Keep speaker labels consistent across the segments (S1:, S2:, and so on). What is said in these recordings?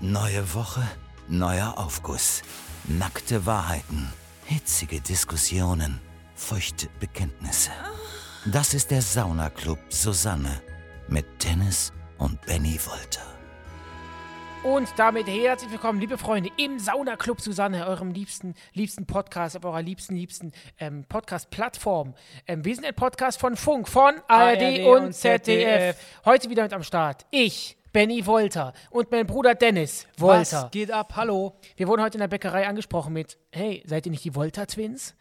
S1: Neue Woche, neuer Aufguss. Nackte Wahrheiten, hitzige Diskussionen, feuchte Bekenntnisse. Das ist der Saunaclub Susanne mit Dennis und Benny Wolter.
S2: Und damit herzlich willkommen, liebe Freunde, im Sauna Club Susanne, eurem liebsten, liebsten Podcast, auf eurer liebsten, liebsten ähm, Podcast-Plattform. Ähm, wir sind ein Podcast von Funk, von ARD,
S3: ARD
S2: und,
S3: und
S2: ZDF.
S3: ZDF.
S2: Heute wieder mit am Start. Ich, Benny Wolter und mein Bruder Dennis Wolter.
S3: Was geht ab? Hallo.
S2: Wir wurden heute in der Bäckerei angesprochen mit, hey, seid ihr nicht die Wolter-Twins?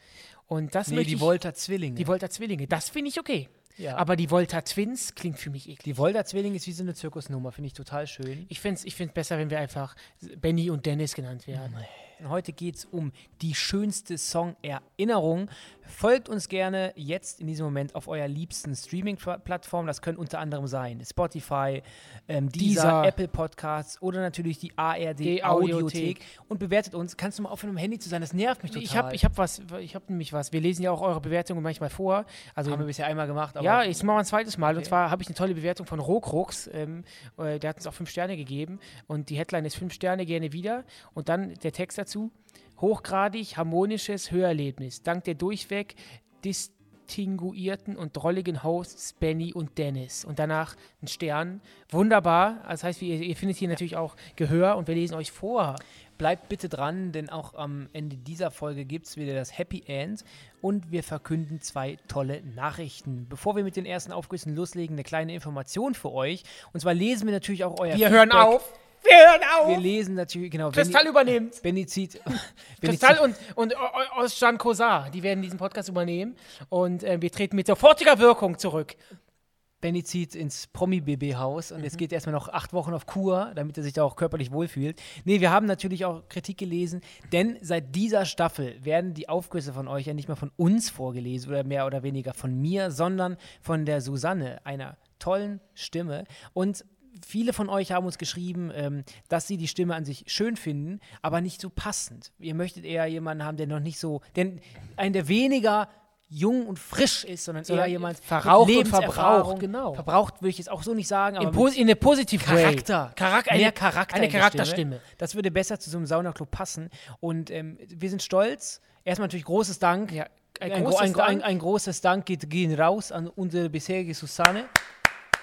S2: Und das
S3: Nee,
S2: möchte
S3: die
S2: ich,
S3: Volta Zwillinge.
S2: die Wolter-Zwillinge, das finde ich okay.
S3: Ja.
S2: Aber die Wolter-Twins klingt für mich eklig.
S3: die Volta Zwillinge ist wie so eine Zirkusnummer, finde ich total schön.
S2: Ich finde es ich find's besser, wenn wir einfach Benny und Dennis genannt werden.
S3: Und heute geht es um die schönste Song-Erinnerung. Folgt uns gerne jetzt in diesem Moment auf eurer liebsten Streaming-Plattform. Das können unter anderem sein Spotify, ähm, Deezer,
S2: Deezer.
S3: Apple Podcasts oder natürlich die
S2: Die
S3: ARD
S2: Audiothek.
S3: Audiothek. Und bewertet uns. Kannst du mal aufhören, mit dem Handy zu sein? Das nervt mich total.
S2: Ich habe ich hab was, ich habe nämlich was. Wir lesen ja auch eure Bewertungen manchmal vor. Also
S3: haben wir bisher einmal gemacht, aber
S2: ja, jetzt machen wir ein zweites Mal. Und
S3: Okay.
S2: zwar habe ich eine tolle Bewertung von Rokrux. Ähm, äh, der hat uns auch fünf Sterne gegeben. Und die Headline ist fünf Sterne gerne wieder. Und dann der Text dazu. Hochgradig harmonisches Hörerlebnis. Dank der durchweg distinguierten und drolligen Hosts Benny und Dennis. Und danach ein Stern. Wunderbar. Das heißt, ihr, ihr findet hier natürlich auch Gehör und wir lesen euch vor.
S3: Bleibt bitte dran, denn auch am Ende dieser Folge gibt es wieder das Happy End und wir verkünden zwei tolle Nachrichten. Bevor wir mit den ersten Aufgüssen loslegen, eine kleine Information für euch. Und zwar lesen wir natürlich auch euer
S2: Wir hören
S3: Feedback.
S2: auf. Wir hören auf.
S3: Wir lesen natürlich, genau.
S2: Kristall übernimmt.
S3: Benny zieht. Benny
S2: Kristall
S3: zieht-
S2: und, und äh, O- O- Özcan Kosar, die werden diesen Podcast übernehmen. Und äh, wir treten mit sofortiger Wirkung zurück.
S3: Benny zieht ins Promi-BB-Haus und jetzt geht er erstmal noch acht Wochen auf Kur, damit er sich da auch körperlich wohlfühlt. Nee, wir haben natürlich auch Kritik gelesen, denn seit dieser Staffel werden die Aufgüsse von euch ja nicht mehr von uns vorgelesen oder mehr oder weniger von mir, sondern von der Susanne, einer tollen Stimme. Und viele von euch haben uns geschrieben, ähm, dass sie die Stimme an sich schön finden, aber nicht so passend. Ihr möchtet eher jemanden haben, der noch nicht so, denn einen, der weniger jung und frisch ist, sondern
S2: Sondern
S3: eher jemand mit
S2: verraucht und
S3: Lebenserfahrung.
S2: verbraucht, genau.
S3: Verbraucht würde ich jetzt auch so nicht sagen, aber
S2: In,
S3: mit
S2: posi in eine positive
S3: Charakter.
S2: Way. Charakter.
S3: Mehr
S2: Eine,
S3: Charakter.
S2: Eine
S3: in der
S2: Charakterstimme.
S3: Stimme. Das würde besser zu so einem Saunaclub passen. Und ähm, wir sind stolz. Erstmal natürlich großes Dank.
S2: Ja, ein
S3: ein, gro-
S2: großes
S3: ein, gro- Ein,
S2: Dank.
S3: ein großes Dank geht, gehen raus an unsere bisherige Susanne.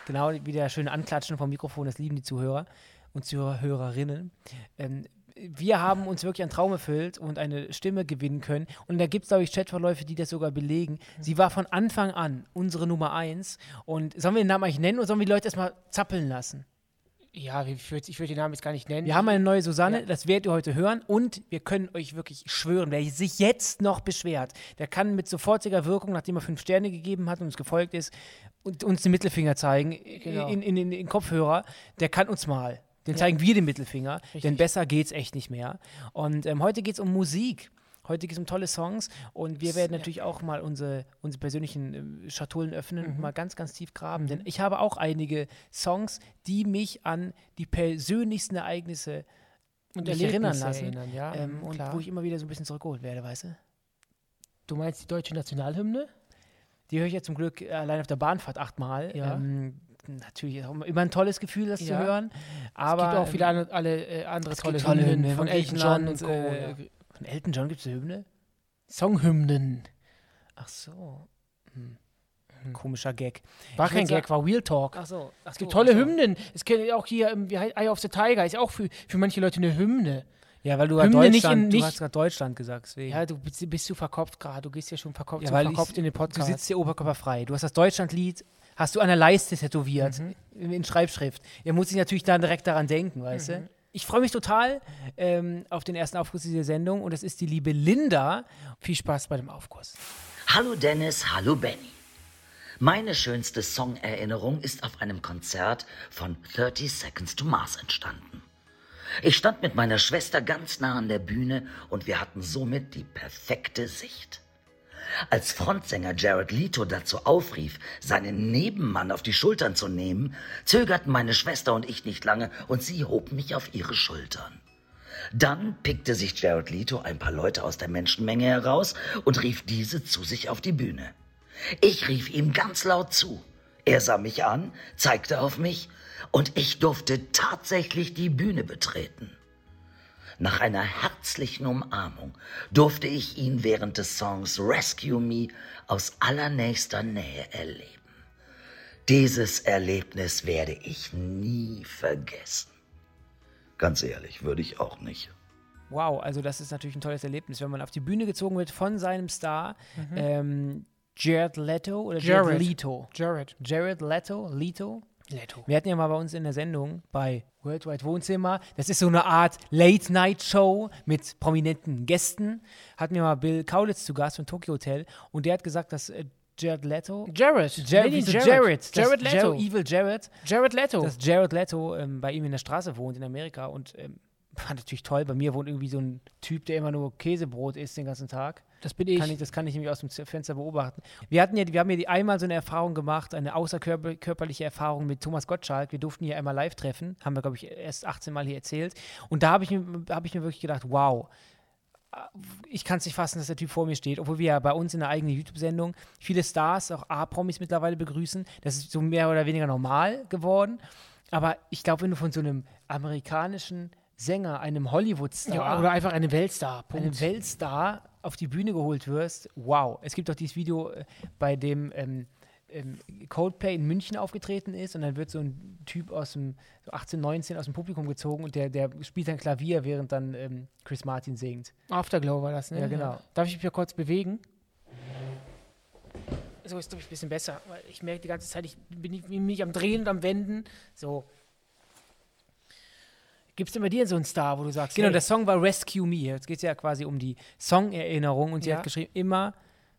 S3: Genau, wieder schön anklatschen vom Mikrofon. Das lieben die Zuhörer und Zuhörerinnen. Ähm, wir haben uns wirklich einen Traum erfüllt und eine Stimme gewinnen können. Und da gibt es, glaube ich, Chatverläufe, die das sogar belegen. Sie war von Anfang an unsere Nummer eins. Und sollen wir den Namen eigentlich nennen oder sollen wir die Leute erstmal zappeln lassen?
S2: Ja, ich würde ich würd den Namen jetzt gar nicht nennen.
S3: Wir haben eine neue Susanne, das werdet ihr heute hören und wir können euch wirklich schwören, wer sich jetzt noch beschwert, der kann mit sofortiger Wirkung, nachdem er fünf Sterne gegeben hat und uns gefolgt ist, und uns den Mittelfinger zeigen
S2: Genau.
S3: in, in, in den Kopfhörer, der kann uns mal. Den zeigen wir den Mittelfinger, denn besser geht's echt nicht mehr. Und ähm, heute geht's um Musik. Heute geht es um tolle Songs und wir werden natürlich auch mal unsere, unsere persönlichen ähm, Schatullen öffnen
S2: Mhm.
S3: und mal ganz, ganz tief graben. Denn ich habe auch einige Songs, die mich an die persönlichsten Ereignisse
S2: und
S3: mich
S2: Erlebnisse
S3: erinnern lassen.
S2: Erinnern, ja,
S3: ähm, und
S2: klar.
S3: wo ich immer wieder so ein bisschen zurückgeholt werde, weißt du?
S2: du meinst die deutsche Nationalhymne?
S3: Die höre ich ja zum Glück äh, allein auf der Bahnfahrt achtmal.
S2: Ja.
S3: Ähm, natürlich auch immer ein tolles Gefühl, das
S2: Ja.
S3: zu hören.
S2: es
S3: Aber
S2: gibt auch viele
S3: ähm,
S2: an- alle, äh, andere
S3: es
S2: tolle,
S3: gibt tolle
S2: Hymnen
S3: Hymnen
S2: von
S3: von
S2: Elton John und
S3: Griechenland,
S2: Co.
S3: äh,
S2: ja.
S3: von Elton John gibt es eine Hymne?
S2: Songhymnen.
S3: Ach so. Hm. Komischer Gag.
S2: War
S3: Ich
S2: kein
S3: würd
S2: Gag, war Real Talk.
S3: Ach so. also Ach
S2: es gibt tolle Hymnen. Es gibt auch hier, ähm, wie heißt Eye of the Tiger, ist auch für, für manche Leute eine Hymne.
S3: Ja, weil du gerade
S2: Hymne nicht
S3: Deutschland,
S2: in-
S3: du
S2: nicht-
S3: hast gerade Deutschland gesagt, deswegen.
S2: Ja, du bist, bist du verkopft gerade. Du gehst ja schon verkopft,
S3: Ja,
S2: so
S3: weil
S2: verkopft
S3: ich-
S2: in den
S3: du
S2: Podcast.
S3: sitzt hier oberkörperfrei. Du hast das Deutschlandlied, hast du an der Leiste tätowiert,
S2: Mhm.
S3: in, in Schreibschrift. Er muss sich natürlich dann direkt daran denken, weißt
S2: Mhm.
S3: du? Ich freue mich total ähm, auf den ersten Aufguss dieser Sendung und das ist die liebe Linda.
S2: Viel Spaß bei dem Aufguss.
S4: Hallo Dennis, hallo Benny. Meine schönste Songerinnerung ist auf einem Konzert von 30 Seconds to Mars entstanden. Ich stand mit meiner Schwester ganz nah an der Bühne und wir hatten somit die perfekte Sicht. Als Frontsänger Jared Leto dazu aufrief, seinen Nebenmann auf die Schultern zu nehmen, zögerten meine Schwester und ich nicht lange und sie hob mich auf ihre Schultern. Dann pickte sich Jared Leto ein paar Leute aus der Menschenmenge heraus und rief diese zu sich auf die Bühne. Ich rief ihm ganz laut zu. Er sah mich an, zeigte auf mich und ich durfte tatsächlich die Bühne betreten. Nach einer herzlichen Umarmung durfte ich ihn während des Songs Rescue Me aus allernächster Nähe erleben. Dieses Erlebnis werde ich nie vergessen. Ganz ehrlich, würde ich auch nicht.
S3: Wow, also das ist natürlich ein tolles Erlebnis, wenn man auf die Bühne gezogen wird von seinem Star, ähm, Jared Leto oder Jared
S2: Mhm. Jared.
S3: Leto.
S2: Jared.
S3: Jared Leto, Leto.
S2: Leto.
S3: Wir hatten ja mal bei uns in der Sendung bei Worldwide Wohnzimmer, das ist so eine Art Late-Night-Show mit prominenten Gästen, hatten wir mal Bill Kaulitz zu Gast von Tokyo Hotel und der hat gesagt, dass äh, Jared Leto,
S2: Jared.
S3: Jar-
S2: Lady
S3: wieso
S2: Jared.
S3: Jared,
S2: Jared
S3: dass
S2: Leto.
S3: Jar- Evil Jared,
S2: Jared Leto.
S3: dass Jared Leto ähm, bei ihm in der Straße wohnt in Amerika und ähm, war natürlich toll. Bei mir wohnt irgendwie so ein Typ, der immer nur Käsebrot isst den ganzen Tag.
S2: Das bin ich.
S3: Kann ich, das kann ich nämlich aus dem Z- Fenster beobachten. Wir hatten ja, wir haben ja die einmal so eine Erfahrung gemacht, eine außerkörperliche Erfahrung mit Thomas Gottschalk. Wir durften hier einmal live treffen, haben wir, glaube ich, erst 18 Mal hier erzählt. Und da habe ich, mir- habe ich mir wirklich gedacht, wow, ich kann es nicht fassen, dass der Typ vor mir steht, obwohl wir ja bei uns in der eigenen YouTube-Sendung viele Stars, auch A-Promis mittlerweile begrüßen. Das ist so mehr oder weniger normal geworden. Aber ich glaube, wenn du von so einem amerikanischen Sänger, einem Hollywood-Star
S2: ja, oder einfach eine Weltstar. Punkt.
S3: einem Weltstar auf die Bühne geholt wirst, wow. Es gibt doch dieses Video, äh, bei dem ähm, ähm, Coldplay in München aufgetreten ist und dann wird so ein Typ aus dem so 18, 19 aus dem Publikum gezogen und der, der spielt dann Klavier, während dann ähm, Chris Martin singt.
S2: Afterglow war das, ne?
S3: Ja, genau.
S2: Darf ich mich mal kurz bewegen? So ist, glaube ich, ein bisschen besser, weil ich merke die ganze Zeit, ich bin nicht- bin mich am Drehen und am Wenden. So. Gibt es denn bei dir so einen Star, wo du sagst,
S3: Genau,
S2: hey,
S3: der Song war Rescue Me. Jetzt geht es ja quasi um die Songerinnerung und sie
S2: Ja.
S3: hat geschrieben, immer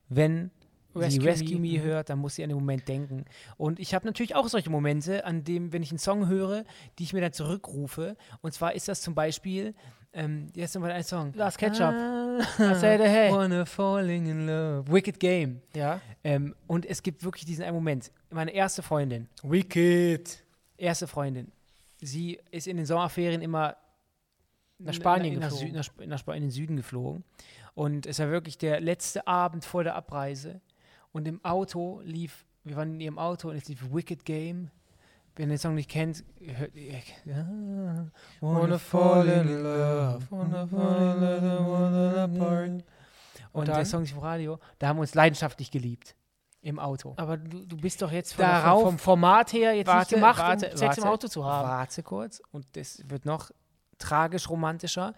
S3: wenn sie
S2: Rescue
S3: Rescue
S2: Me,
S3: Me,
S2: mhm.
S3: hört, dann muss sie an den Moment denken. Und ich habe natürlich auch solche Momente, an dem, wenn ich einen Song höre, die ich mir dann zurückrufe. Und zwar ist das zum Beispiel, ähm, jetzt nochmal ein Song.
S2: Last Ketchup.
S3: I
S2: said, hey.
S3: Wanna falling in love. Wicked Game.
S2: Ja.
S3: Ähm, und es gibt wirklich diesen einen Moment. Meine erste Freundin
S2: Wicked.
S3: erste Freundin. Sie ist in den Sommerferien immer
S2: Nach Spanien
S3: nach,
S2: geflogen.
S3: Sü- nach, Sp- nach Sp- in den Süden geflogen. Und es war wirklich der letzte Abend vor der Abreise. Und im Auto lief, wir waren in ihrem Auto und es lief Wicked Game. Wenn ihr den Song nicht kennt, hört ihr. Ah, wanna fall in love, wanna fall in love, wanna apart. Und
S2: dann?
S3: der Song ist im Radio. Da haben wir uns leidenschaftlich geliebt. Im Auto.
S2: Aber du, du bist doch jetzt von,
S3: Darauf-
S2: vom Format her jetzt nicht gemacht, um Sex im Auto zu haben.
S3: Warte kurz, und das wird noch tragisch romantischer.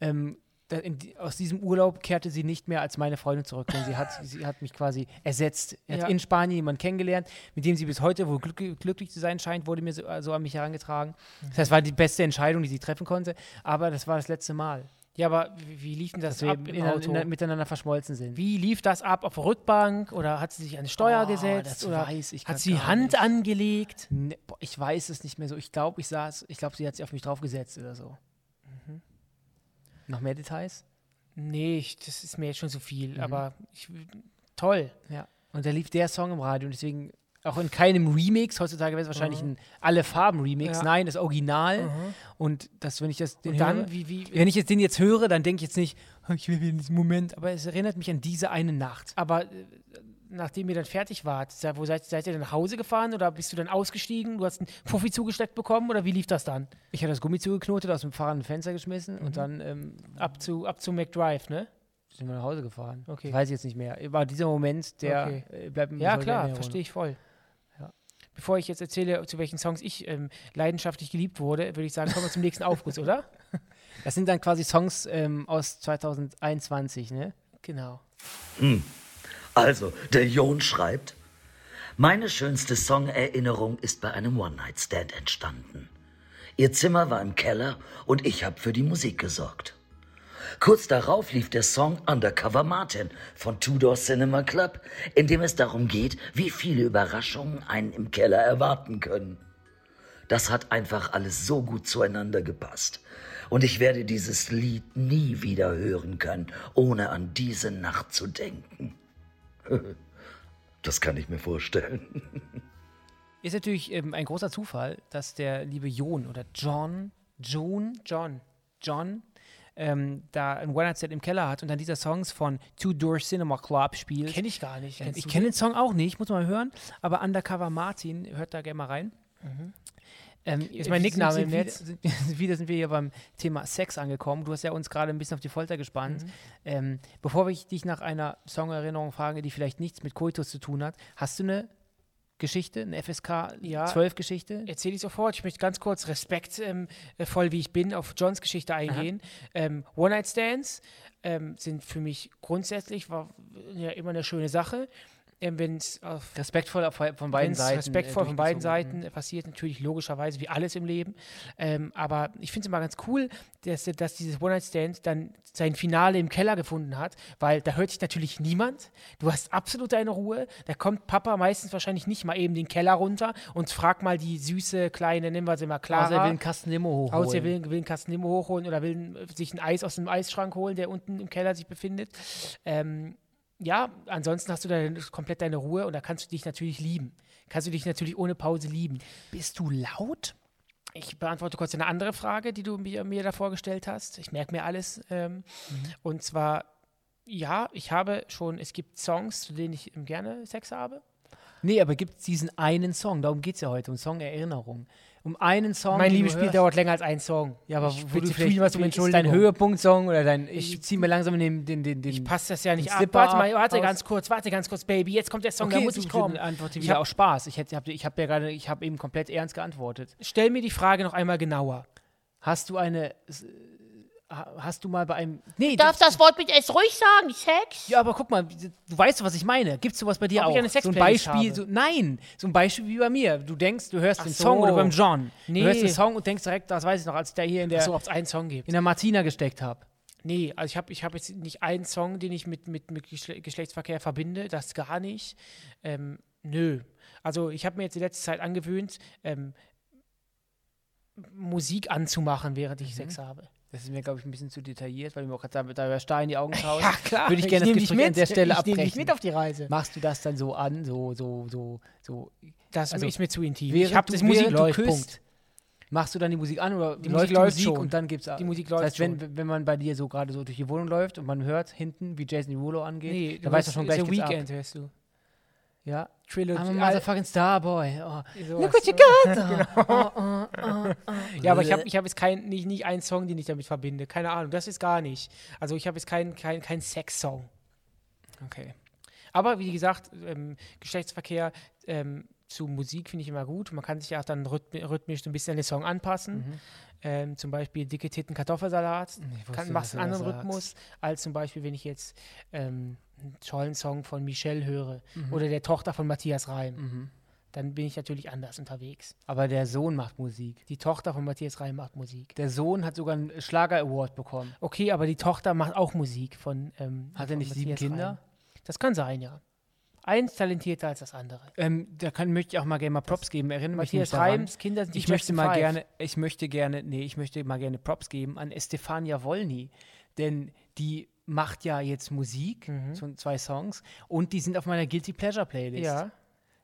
S3: Ähm, da in, die- aus diesem Urlaub kehrte sie nicht mehr als meine Freundin zurück, denn sie hat, sie hat mich quasi ersetzt. Er
S2: Ja.
S3: hat in Spanien jemanden kennengelernt, mit dem sie bis heute wohl glück, glücklich zu sein scheint, wurde mir so, so an mich herangetragen.
S2: Mhm.
S3: Das war die beste Entscheidung, die sie treffen konnte, aber das war das letzte Mal,
S2: Ja, aber wie wie lief denn das
S3: dass wir
S2: ab im
S3: in,
S2: Auto?
S3: in, miteinander verschmolzen sind.
S2: Wie lief das ab auf der Rückbank oder hat sie sich an die Steuer
S3: Oh,
S2: gesetzt
S3: das
S2: oder
S3: weiß ich
S2: hat
S3: grad
S2: sie die
S3: gar
S2: Hand
S3: nicht.
S2: angelegt?
S3: Ne, boah, ich weiß es nicht mehr so. Ich glaube, ich saß, ich glaube, sie hat sich auf mich draufgesetzt oder so. Noch mehr Details?
S2: Mhm.
S3: Mhm.
S2: Nee, ich, das ist mir jetzt schon zu viel, aber ich, toll.
S3: Ja. Und da lief der Song im Radio und deswegen auch in keinem Remix. Heutzutage wäre es wahrscheinlich ein alle Farben Remix.
S2: Mhm. Ja. Mhm.
S3: Nein, das Original. Und das, wenn ich das, den
S2: Und dann,
S3: höre,
S2: wie, wie,
S3: wenn ich jetzt den jetzt höre, dann denke ich jetzt nicht, "Oh, ich will wieder in diesen Moment. Aber es erinnert mich an diese eine Nacht.
S2: aber äh, nachdem ihr dann fertig wart, se- wo seid, seid ihr dann nach Hause gefahren oder bist du dann ausgestiegen? Du hast einen Puffi zugesteckt bekommen oder wie lief das dann?
S3: Ich habe das Gummi zugeknotet, aus dem fahrenden Fenster geschmissen und dann ähm,
S2: Ab zu, ab zu McDrive, ne?
S3: sind wir nach Hause gefahren.
S2: Okay.
S3: Ich weiß jetzt nicht mehr. Aber dieser Moment, der
S2: Okay.
S3: äh, bleibt mir bis
S2: Ja,
S3: heute in
S2: klar,
S3: Erinnerung.
S2: verstehe ich voll.
S3: Ja.
S2: Bevor ich jetzt erzähle, zu welchen Songs ich ähm, leidenschaftlich geliebt wurde, würde ich sagen, kommen wir zum nächsten Aufguss, oder?
S3: Das sind dann quasi Songs ähm, aus 2021, ne?
S2: Genau.
S4: Also, der Jon schreibt, meine schönste Songerinnerung ist bei einem One-Night-Stand entstanden. Ihr Zimmer war im Keller und ich habe für die Musik gesorgt. Kurz darauf lief der Song Undercover Martin von Tudor Cinema Club, in dem es darum geht, wie viele Überraschungen einen im Keller erwarten können. Das hat einfach alles so gut zueinander gepasst. Und ich werde dieses Lied nie wieder hören können, ohne an diese Nacht zu denken. Das kann ich mir vorstellen.
S3: Ist natürlich ähm, ein großer Zufall, dass der liebe Jon oder John, John,
S2: John.
S3: John ähm, da ein One-Night-Set im Keller hat und dann dieser Songs von Two Door Cinema Club spielt. Ähm,
S2: Kenne ich gar nicht. Kennst
S3: ich
S2: du
S3: kenne den Song auch nicht, muss man mal hören, aber Undercover Martin, hört da gerne mal rein. Ähm,
S2: Mhm. Ist mein
S3: wir
S2: Nickname
S3: sind
S2: im
S3: wieder-
S2: Netz.
S3: Sind, wieder sind wir hier beim Thema Sex angekommen. Du hast ja uns gerade ein bisschen auf die Folter
S2: Mhm.
S3: gespannt. Ähm, bevor ich dich nach einer Songerinnerung frage, die vielleicht nichts mit Koitus zu tun hat, hast du eine Geschichte, eine FSK
S2: Ja.
S3: 12 Geschichte?
S2: Erzähle ich sofort. Ich möchte ganz kurz respektvoll, ähm, voll wie ich bin, auf Johns Geschichte eingehen. Ähm, One-Night-Stands ähm, sind für mich grundsätzlich war, ja immer eine schöne Sache. Ähm, Wenn es auf
S3: Respektvoll auf- von beiden
S2: wenn's
S3: Seiten. äh,
S2: respektvoll von beiden
S3: durchgezogen. mhm.
S2: Seiten passiert, natürlich logischerweise wie alles im Leben. Ähm, aber ich finde es immer ganz cool, dass, dass dieses One-Night-Stand dann sein Finale im Keller gefunden hat, weil da hört sich natürlich niemand. Du hast absolut deine Ruhe. Da kommt Papa meistens wahrscheinlich nicht mal eben den Keller runter und fragt mal die süße kleine, nehmen wir sie mal Clara.
S3: Außer er will einen Kasten Limo hochholen.
S2: Aus, er will, will einen Kasten Limo hochholen oder will äh, sich ein Eis aus dem Eisschrank holen, der unten im Keller sich befindet. Ähm, ja, ansonsten hast du da komplett deine Ruhe und da kannst du dich natürlich lieben. Kannst du dich natürlich ohne Pause lieben.
S3: Bist du laut?
S2: Ich beantworte kurz eine andere Frage, die du mir, mir da vorgestellt hast. Ich merke mir alles. Ähm,
S3: Mhm.
S2: Und zwar, ja, ich habe schon, es gibt Songs, zu denen ich ähm, gerne Sex habe.
S3: Nee, aber gibt es diesen einen Song? Darum geht es ja heute, um Songerinnerung. Um einen Song.
S2: mein
S3: den du
S2: Liebesspiel
S3: hörst.
S2: dauert länger als ein Song.
S3: Ja, aber
S2: ich
S3: wo du
S2: bitte
S3: vielleicht,
S2: vielmals um
S3: wie ist
S2: Entschuldigung.
S3: dein Höhepunkt-Song oder dein, ich ziehe mir langsam den, den, den, den
S2: Ich passe das ja nicht ab.
S3: Slipper
S2: Warte mal,
S3: ab,
S2: warte
S3: aus-
S2: ganz kurz, warte ganz kurz, Baby. Jetzt kommt der Song, da muss ich kommen.
S3: Antworte
S2: Ich
S3: wieder
S2: hab-
S3: aus Spaß. Ich hätte, hab, ich habe ja gerade, ich habe eben komplett ernst geantwortet.
S2: Stell mir die Frage noch einmal genauer.
S3: Hast du eine, s- ha- hast du mal bei einem, nee,
S5: Darf das Wort bitte jetzt ruhig sagen? Sex?
S3: du, ja, aber guck mal, du weißt doch, was ich meine. Gibt's sowas bei dir
S2: Ob
S3: auch?
S2: ich eine
S3: so ein
S2: Sexplaylist
S3: Beispiel,
S2: habe?
S3: so, nein, so ein Beispiel wie bei mir. Du denkst, du hörst
S2: Ach
S3: den
S2: so.
S3: Song oder beim John.
S2: Nee.
S3: Du hörst den Song und denkst direkt, das weiß ich noch, als ich da hier in der,
S2: So, ob es einen Song gibt.
S3: in der Martina gesteckt habe.
S2: Nee, also ich habe ich hab jetzt nicht einen Song, den ich mit, mit, mit Geschle Geschlechtsverkehr verbinde, das gar nicht. Ähm, nö. Also ich habe mir jetzt die letzte Zeit angewöhnt, ähm, Musik anzumachen, während ich Sex habe.
S3: Mhm. Das ist mir, glaube ich, ein bisschen zu detailliert, weil du mir auch gerade dabei- dabei starr in die Augen schaust.
S2: Würde ich gerne
S3: das
S2: das
S3: Gespräch an der Stelle abbrechen.
S2: die Reise.
S3: Machst du das dann so an, so, so, so, so?
S2: Das
S3: Also,
S2: ist mir zu intim.
S3: während
S2: Ich habe
S3: du-
S2: das Musik
S3: während du
S2: läuft,
S3: küsst,
S2: Punkt.
S3: Machst du dann die Musik an oder
S2: Die Musik läuft schon.
S3: und dann gibt's ab?
S2: Die Musik
S3: Das heißt,
S2: läuft
S3: wenn, wenn man bei dir so gerade so durch die Wohnung läuft und man hört hinten, wie Jason Derulo angeht,
S2: Nee,
S3: dann weißt du schon gleich,
S2: The
S3: geht's ab.
S2: Weekend hörst du.
S3: Ja.
S2: Trilogy. also
S3: I'm a motherfucking Starboy. Oh.
S2: Look
S3: what you
S2: got. Ja, aber ich habe ich hab jetzt kein, nicht, nicht einen Song, den ich damit verbinde. Keine Ahnung, das ist gar nicht. Also ich habe jetzt keinen kein, kein Sex-Song.
S3: Okay.
S2: Aber wie gesagt, ähm, Geschlechtsverkehr ähm, zu Musik finde ich immer gut. Man kann sich ja auch dann rhythmi- rhythmisch so ein bisschen an den Song anpassen. Ähm, zum Beispiel dicke Titten Kartoffelsalat.
S3: Mhm. Ich wusste,
S2: Kann,
S3: dass
S2: machst
S3: du
S2: einen
S3: das
S2: anderen
S3: sagst.
S2: Rhythmus, als zum Beispiel, wenn ich jetzt ähm, einen tollen Song von Michelle höre
S3: Mhm.
S2: oder der Tochter von Matthias Reim. Dann bin ich natürlich anders unterwegs.
S3: Aber der Sohn macht Musik.
S2: Die Tochter von Matthias Reim macht Musik.
S3: Der Sohn hat sogar einen Schlager-Award bekommen.
S2: Okay, aber die Tochter macht auch Musik von. Ähm,
S3: Hat er
S2: von
S3: nicht sieben
S2: Matthias
S3: Kinder?
S2: Reim. Das kann sein, ja. Eins talentierter als das andere.
S3: Ähm, da kann, möchte ich auch mal gerne mal Props geben. Erinnere mich
S2: Matthias
S3: nicht daran.
S2: Reims Kinder sind die
S3: ich möchte
S2: Jackson
S3: mal
S2: Five.
S3: gerne, ich möchte gerne, nee, ich möchte mal gerne Props geben an Estefania Wolny, denn die macht ja jetzt Musik,
S2: Mhm.
S3: so zwei Songs, und die sind auf meiner Guilty Pleasure Playlist.
S2: Ja.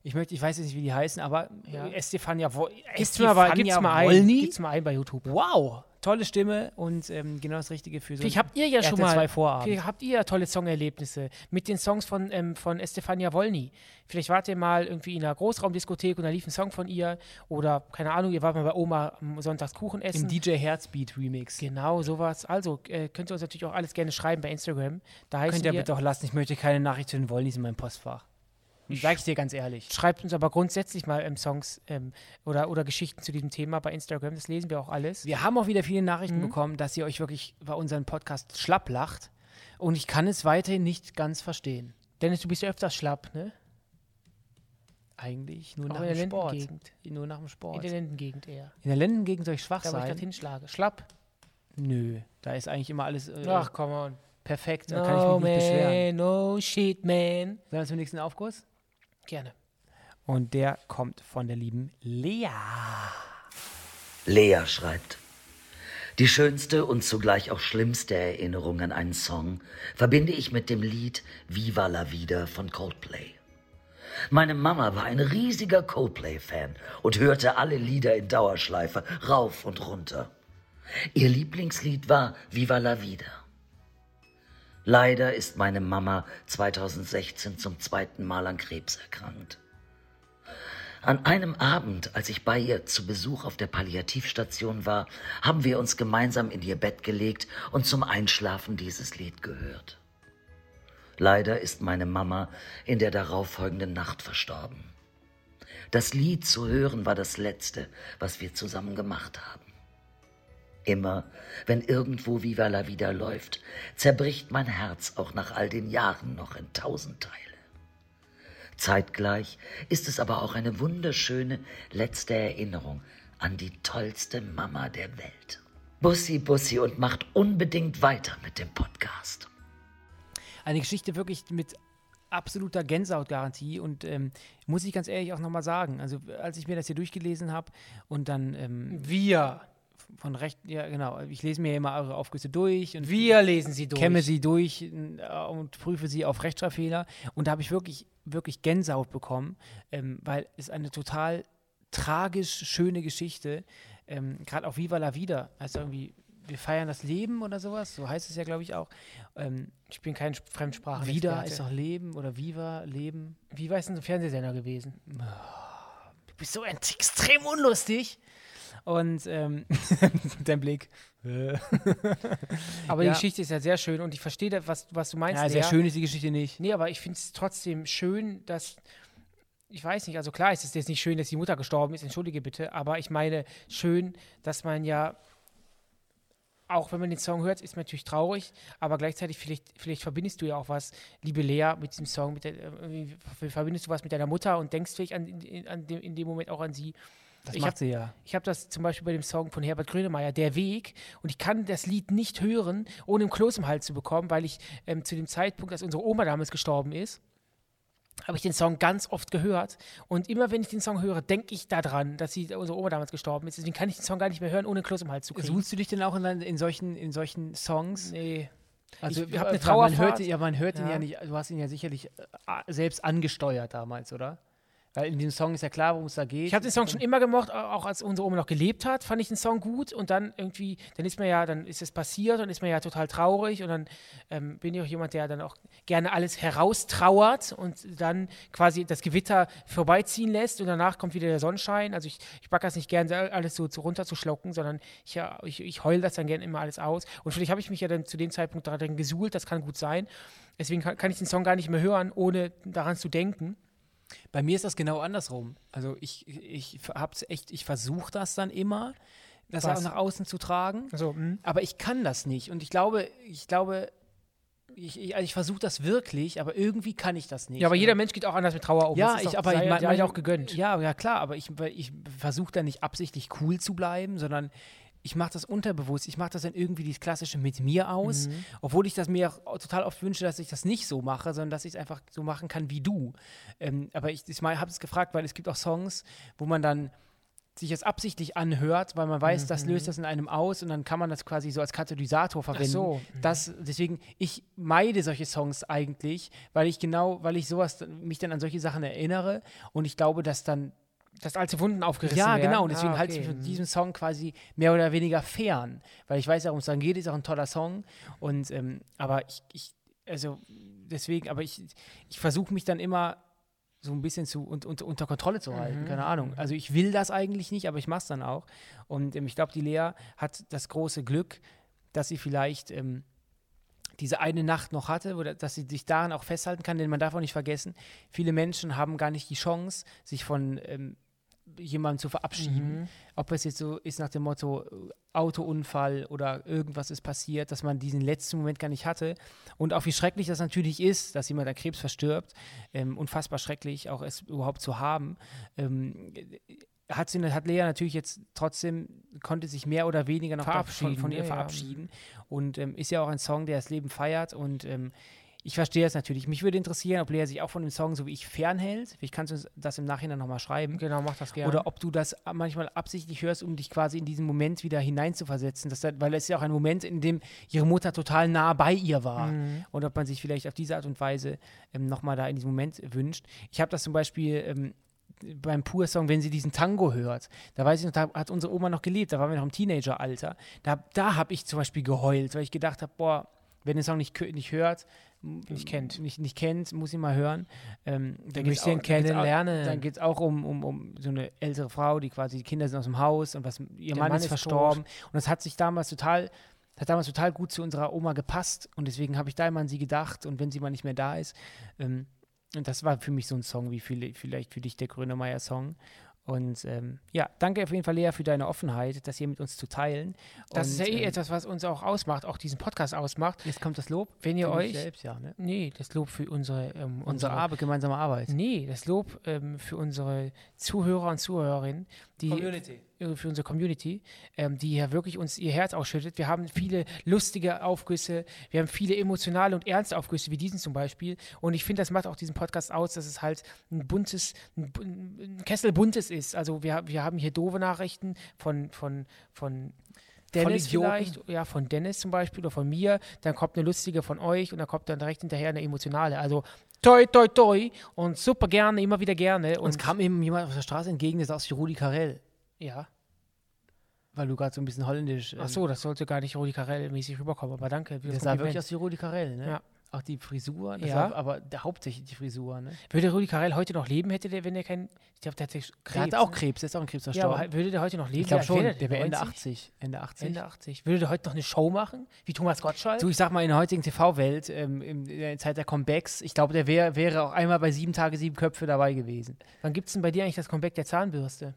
S3: Ich möchte, ich weiß jetzt nicht, wie die heißen, aber
S2: Ja.
S3: Estefania, Wo
S2: Gibt's mal, aber, gibt's mal ein.
S3: Wolny.
S2: Gibt's mal ein bei YouTube.
S3: wow, tolle Stimme und ähm, genau das Richtige für so.
S2: Vielleicht habt ihr ja schon
S3: RTL
S2: mal.
S3: zwei Vorabend.
S2: Vielleicht habt ihr ja tolle Songerlebnisse mit den Songs von, ähm, von Estefania Wolny. Vielleicht wart ihr mal irgendwie in einer Großraumdiskothek und da lief ein Song von ihr. Oder, keine Ahnung, ihr wart mal bei Oma am Sonntagskuchen essen.
S3: im DJ Herzbeat Remix.
S2: genau, sowas. Also, äh, könnt ihr uns natürlich auch alles gerne schreiben bei Instagram. Da heißt
S3: Könnt ihr
S2: ihr,
S3: bitte auch lassen, ich möchte keine Nachricht zu den Wollnys in meinem Postfach. Sag ich dir ganz ehrlich.
S2: schreibt uns aber grundsätzlich mal ähm, Songs ähm, oder, oder Geschichten zu diesem Thema bei Instagram. Das lesen wir auch alles.
S3: Wir haben auch wieder viele Nachrichten
S2: Mhm.
S3: bekommen, dass ihr euch wirklich bei unserem Podcast schlapp lacht. Und ich kann es weiterhin nicht ganz verstehen.
S2: Dennis, du bist ja öfters schlapp, ne?
S3: Eigentlich nur
S2: Auch
S3: nach
S2: in
S3: dem
S2: der
S3: Sport.
S2: Lendengegend.
S3: Nur nach dem Sport.
S2: In der Lendengegend eher.
S3: In der Lendengegend soll ich schwach
S2: Da, wo ich
S3: sein?
S2: gerade hinschlage. Schlapp.
S3: Nö, da ist eigentlich immer alles äh,
S2: Ach, come on.
S3: perfekt. Da kann ich mich nicht beschweren.
S2: no shit, man.
S3: Dann zum nächsten Aufguss.
S2: Gerne.
S3: Und der kommt von der lieben Lea.
S4: Lea schreibt. Die schönste und zugleich auch schlimmste Erinnerung an einen Song verbinde ich mit dem Lied Viva la Vida von Coldplay. Meine Mama war ein riesiger Coldplay-Fan und hörte alle Lieder in Dauerschleife rauf und runter. Ihr Lieblingslied war Viva la Vida. Leider ist meine Mama 2016 zum zweiten Mal an Krebs erkrankt. An einem Abend, als ich bei ihr zu Besuch auf der Palliativstation war, haben wir uns gemeinsam in ihr Bett gelegt und zum Einschlafen dieses Lied gehört. Leider ist meine Mama in der darauffolgenden Nacht verstorben. Das Lied zu hören war das Letzte, was wir zusammen gemacht haben. Immer, wenn irgendwo Viva la Vida läuft, zerbricht mein Herz auch nach all den Jahren noch in tausend Teile. Zeitgleich ist es aber auch eine wunderschöne letzte Erinnerung an die tollste Mama der Welt. Bussi, Bussi und macht unbedingt weiter mit dem Podcast.
S3: Eine Geschichte wirklich mit absoluter Gänsehautgarantie und ähm, muss ich ganz ehrlich auch nochmal sagen. Also, als ich mir das hier durchgelesen habe und dann ähm,
S2: Wir.
S3: von recht, ja, genau, ich lese mir ja immer eure Aufgüsse durch und
S2: Wir lesen sie durch.
S3: kämme sie durch äh, und prüfe sie auf Rechtschreibfehler. Und da habe ich wirklich, wirklich Gänsehaut bekommen, ähm, weil es eine total tragisch schöne Geschichte, ähm, gerade auch Viva la Vida, also irgendwie, wir feiern das Leben oder sowas, so heißt es ja, glaube ich, auch. Ähm,
S2: Ich bin kein Fremdsprachen.
S3: Vida ist doch Leben oder Viva, Leben.
S2: Wie war es denn so ein Fernsehsender
S3: Hm.
S2: gewesen?
S3: Du bist so ent- extrem unlustig. Und ähm, dein Blick.
S2: Aber
S3: Ja.
S2: die Geschichte ist ja sehr schön und ich verstehe, das, was, was du meinst.
S3: Ja, sehr
S2: Lea.
S3: schön ist die Geschichte nicht.
S2: Nee, aber ich finde es trotzdem schön, dass. Ich weiß nicht, also klar ist es jetzt nicht schön, dass die Mutter gestorben ist, entschuldige bitte, aber ich meine schön, dass man ja, auch wenn man den Song hört, ist man natürlich traurig, aber gleichzeitig vielleicht, vielleicht verbindest du ja auch was, liebe Lea, mit diesem Song, mit der, äh, irgendwie verbindest du was mit deiner Mutter und denkst vielleicht an, in, an dem, in dem Moment auch an sie.
S3: Das
S2: Ich
S3: macht
S2: hab-
S3: sie ja.
S2: Ich habe das zum Beispiel bei dem Song von Herbert Grönemeyer, Der Weg, und ich kann das Lied nicht hören, ohne einen Kloß im Hals zu bekommen, weil ich ähm, zu dem Zeitpunkt, als unsere Oma damals gestorben ist, habe ich den Song ganz oft gehört. Und immer wenn ich den Song höre, denke ich daran, dass sie, unsere Oma damals gestorben ist. Deswegen kann ich den Song gar nicht mehr hören, ohne einen Kloß im Hals zu kriegen.
S3: Suchst du dich denn auch in, in, solchen, in solchen Songs?
S2: Nee.
S3: Also
S2: Ich
S3: ich
S2: hab eine
S3: habe eine Trauerfahrt. Man
S2: Trauerfahrt.
S3: hört, ja, man hört ihn
S2: Ja.
S3: ja nicht. Du hast ihn ja sicherlich äh, a- selbst angesteuert damals, oder? Weil in dem Song ist ja klar, worum es da geht.
S2: Ich habe den Song schon immer gemocht, au- auch als unsere Oma noch gelebt hat, fand ich den Song gut und dann äh, irgendwie, dann ist mir ja, dann ist es passiert und ist mir ja total traurig und dann ähm, bin ich auch jemand, der dann auch gerne alles heraustrauert und dann quasi das Gewitter vorbeiziehen lässt und danach kommt wieder der Sonnenschein. Also ich, ich packe das nicht gerne alles so, so runterzuschlucken, sondern ich, ja, ich, ich heule das dann gerne immer alles aus und vielleicht habe ich mich ja dann zu dem Zeitpunkt daran gesuhlt, das kann gut sein. Deswegen kann, kann ich den Song gar nicht mehr hören, ohne daran zu denken.
S3: Bei mir ist das genau andersrum. Also ich, ich hab's echt, ich versuche das dann immer, das
S2: Was?
S3: auch nach außen zu tragen.
S2: Also, hm.
S3: Aber ich kann das nicht. Und ich glaube, ich glaube, ich, ich, also ich versuche das wirklich, aber irgendwie kann ich das nicht.
S2: Ja, aber
S3: Also-
S2: jeder Mensch geht auch anders mit Trauer um.
S3: Ja,
S2: Das ist
S3: ich,
S2: doch-
S3: aber
S2: sei,
S3: ich mein-
S2: sei
S3: mein-
S2: auch gegönnt.
S3: Ja, ja klar, aber ich, weil ich versuche da nicht absichtlich cool zu bleiben, sondern ich mache das unterbewusst. Ich mache das dann irgendwie dieses klassische mit mir aus,
S2: Mhm.
S3: obwohl ich das mir auch total oft wünsche, dass ich das nicht so mache, sondern dass ich es einfach so machen kann wie du. Ähm, aber ich, ich habe es gefragt, weil es gibt auch Songs, wo man dann sich jetzt absichtlich anhört, weil man weiß, das löst das in einem aus und dann kann man das quasi so als Katalysator verwenden.
S2: so.
S3: Das, deswegen, ich meide solche Songs eigentlich, weil ich genau, weil ich sowas, dann- mich dann an solche Sachen erinnere und ich glaube, dass dann,
S2: Dass alte Wunden aufgerissen
S3: ja
S2: werden.
S3: genau, und deswegen
S2: Ah,
S3: halte ich
S2: okay.
S3: mich von diesem Song quasi mehr oder weniger fern, weil ich weiß, worum es dann geht, ist auch ein toller Song und, ähm, aber ich, ich, also deswegen, aber ich, ich versuche mich dann immer so ein bisschen zu und, und, unter Kontrolle zu
S2: Mhm.
S3: halten. Keine Ahnung. Also ich will das eigentlich nicht, aber ich mache es dann auch. Und ähm, ich glaube, die Lea hat das große Glück, dass sie vielleicht ähm, diese eine Nacht noch hatte, oder dass sie sich daran auch festhalten kann, denn man darf auch nicht vergessen, viele Menschen haben gar nicht die Chance, sich von ähm, jemandem zu
S2: Mhm.
S3: verabschieden. Ob es jetzt so ist nach dem Motto äh, Autounfall oder irgendwas ist passiert, dass man diesen letzten Moment gar nicht hatte. Und auch wie schrecklich das natürlich ist, dass jemand an Krebs verstirbt, ähm, unfassbar schrecklich auch es überhaupt zu haben. Ähm, hat, sie, hat Lea natürlich jetzt trotzdem, konnte sich mehr oder weniger noch davon,
S2: Verabschieden,
S3: von ihr
S2: ja, ja.
S3: verabschieden. Und ähm, ist ja auch ein Song, der das Leben feiert. Und ähm, ich verstehe es natürlich. Mich würde interessieren, ob Lea sich auch von dem Song so wie ich fernhält. Vielleicht kannst du uns das im Nachhinein nochmal schreiben.
S2: Genau, mach das gerne.
S3: Oder ob du das manchmal absichtlich hörst, um dich quasi in diesen Moment wieder hineinzuversetzen. Dass da, weil es ist ja auch ein Moment, in dem ihre Mutter total nah bei ihr war. Und ob man sich vielleicht auf diese Art und Weise ähm, nochmal da in diesem Moment wünscht. Ich habe das zum Beispiel ähm, beim Pur-Song, wenn sie diesen Tango hört. Da weiß ich noch, da hat unsere Oma noch gelebt, da waren wir noch im Teenageralter. Da, da habe ich zum Beispiel geheult, weil ich gedacht habe, boah, wenn den Song nicht, kö- nicht hört, nicht kennt, nicht, nicht kennt, muss ihn mal hören. Ähm, dann
S2: muss
S3: geht's
S2: ich den
S3: auch- dann geht's auch-
S2: kennenlernen.
S3: Dann geht es auch um, um, um so eine ältere Frau, die quasi, die Kinder sind aus dem Haus und was, ihr Mann,
S2: Mann
S3: ist
S2: ist
S3: verstorben. Und das hat sich damals total, hat damals total gut zu unserer Oma gepasst und deswegen habe ich da immer an sie gedacht und wenn sie mal nicht mehr da ist. Ähm, und das war für mich so ein Song wie viele, vielleicht für dich der Grönemeyer-Song. Und ähm, ja, danke auf jeden Fall, Lea, für deine Offenheit, das hier mit uns zu teilen.
S2: Das ist ja
S3: und,
S2: eh
S3: ähm,
S2: etwas, was uns auch ausmacht, auch diesen Podcast ausmacht.
S3: Jetzt kommt das Lob.
S2: Wenn ihr
S3: für mich
S2: euch-
S3: Selbst, ja, ne?
S2: Nee, das Lob für unsere, ähm,
S3: Unsere
S2: unsere
S3: Arbeit, gemeinsame Arbeit.
S2: Nee, das Lob ähm, für unsere Zuhörer und Zuhörerinnen, die
S3: Community.
S2: äh, für unsere Community, ähm, die ja wirklich uns ihr Herz ausschüttet. Wir haben viele lustige Aufgüsse, wir haben viele emotionale und ernste Aufgüsse, wie diesen zum Beispiel. Und ich finde, das macht auch diesen Podcast aus, dass es halt ein buntes, ein, bu- ein Kessel buntes ist. Also wir, wir haben hier doofe Nachrichten von, von, von Dennis
S3: Idioten.
S2: vielleicht, ja, von Dennis zum Beispiel oder von mir, dann kommt eine lustige von euch und dann kommt dann direkt hinterher eine emotionale. Also toi, toi, toi und super gerne, immer wieder gerne. Und
S3: Uns kam eben jemand auf der Straße entgegen, der sah aus wie Rudi Carell,
S2: ja,
S3: weil du gerade so ein bisschen holländisch. ähm,
S2: ach so, das sollte gar nicht Rudi Carell-mäßig rüberkommen, aber danke. für das
S3: Der sah wirklich
S2: Kompliment.
S3: aus wie Rudi Carell, ne?
S2: Ja.
S3: Auch die Frisur, das
S2: Ja.
S3: war aber der, hauptsächlich die Frisur, ne?
S2: Würde Rudi Carell heute noch leben, hätte der, wenn er keinen, ich glaube, der hatte Krebs.
S3: Der hatte auch Krebs, der ist auch an Krebs
S2: ne? Ja, aber
S3: verstorben.
S2: halt- würde der heute noch leben?
S3: ich glaube
S2: Wie alt
S3: schon,
S2: wäre
S3: der wäre Ende
S2: 90?
S3: 80. Ende 80.
S2: Ende 80. Würde der heute noch eine Show machen, wie Thomas Gottschalk?
S3: Du, ich sag mal, in der heutigen TV-Welt, ähm, in der Zeit der Comebacks, ich glaube, der wär, wäre auch einmal bei sieben Tage, sieben Köpfe dabei gewesen.
S2: Wann gibt es denn bei dir eigentlich das Comeback der Zahnbürste?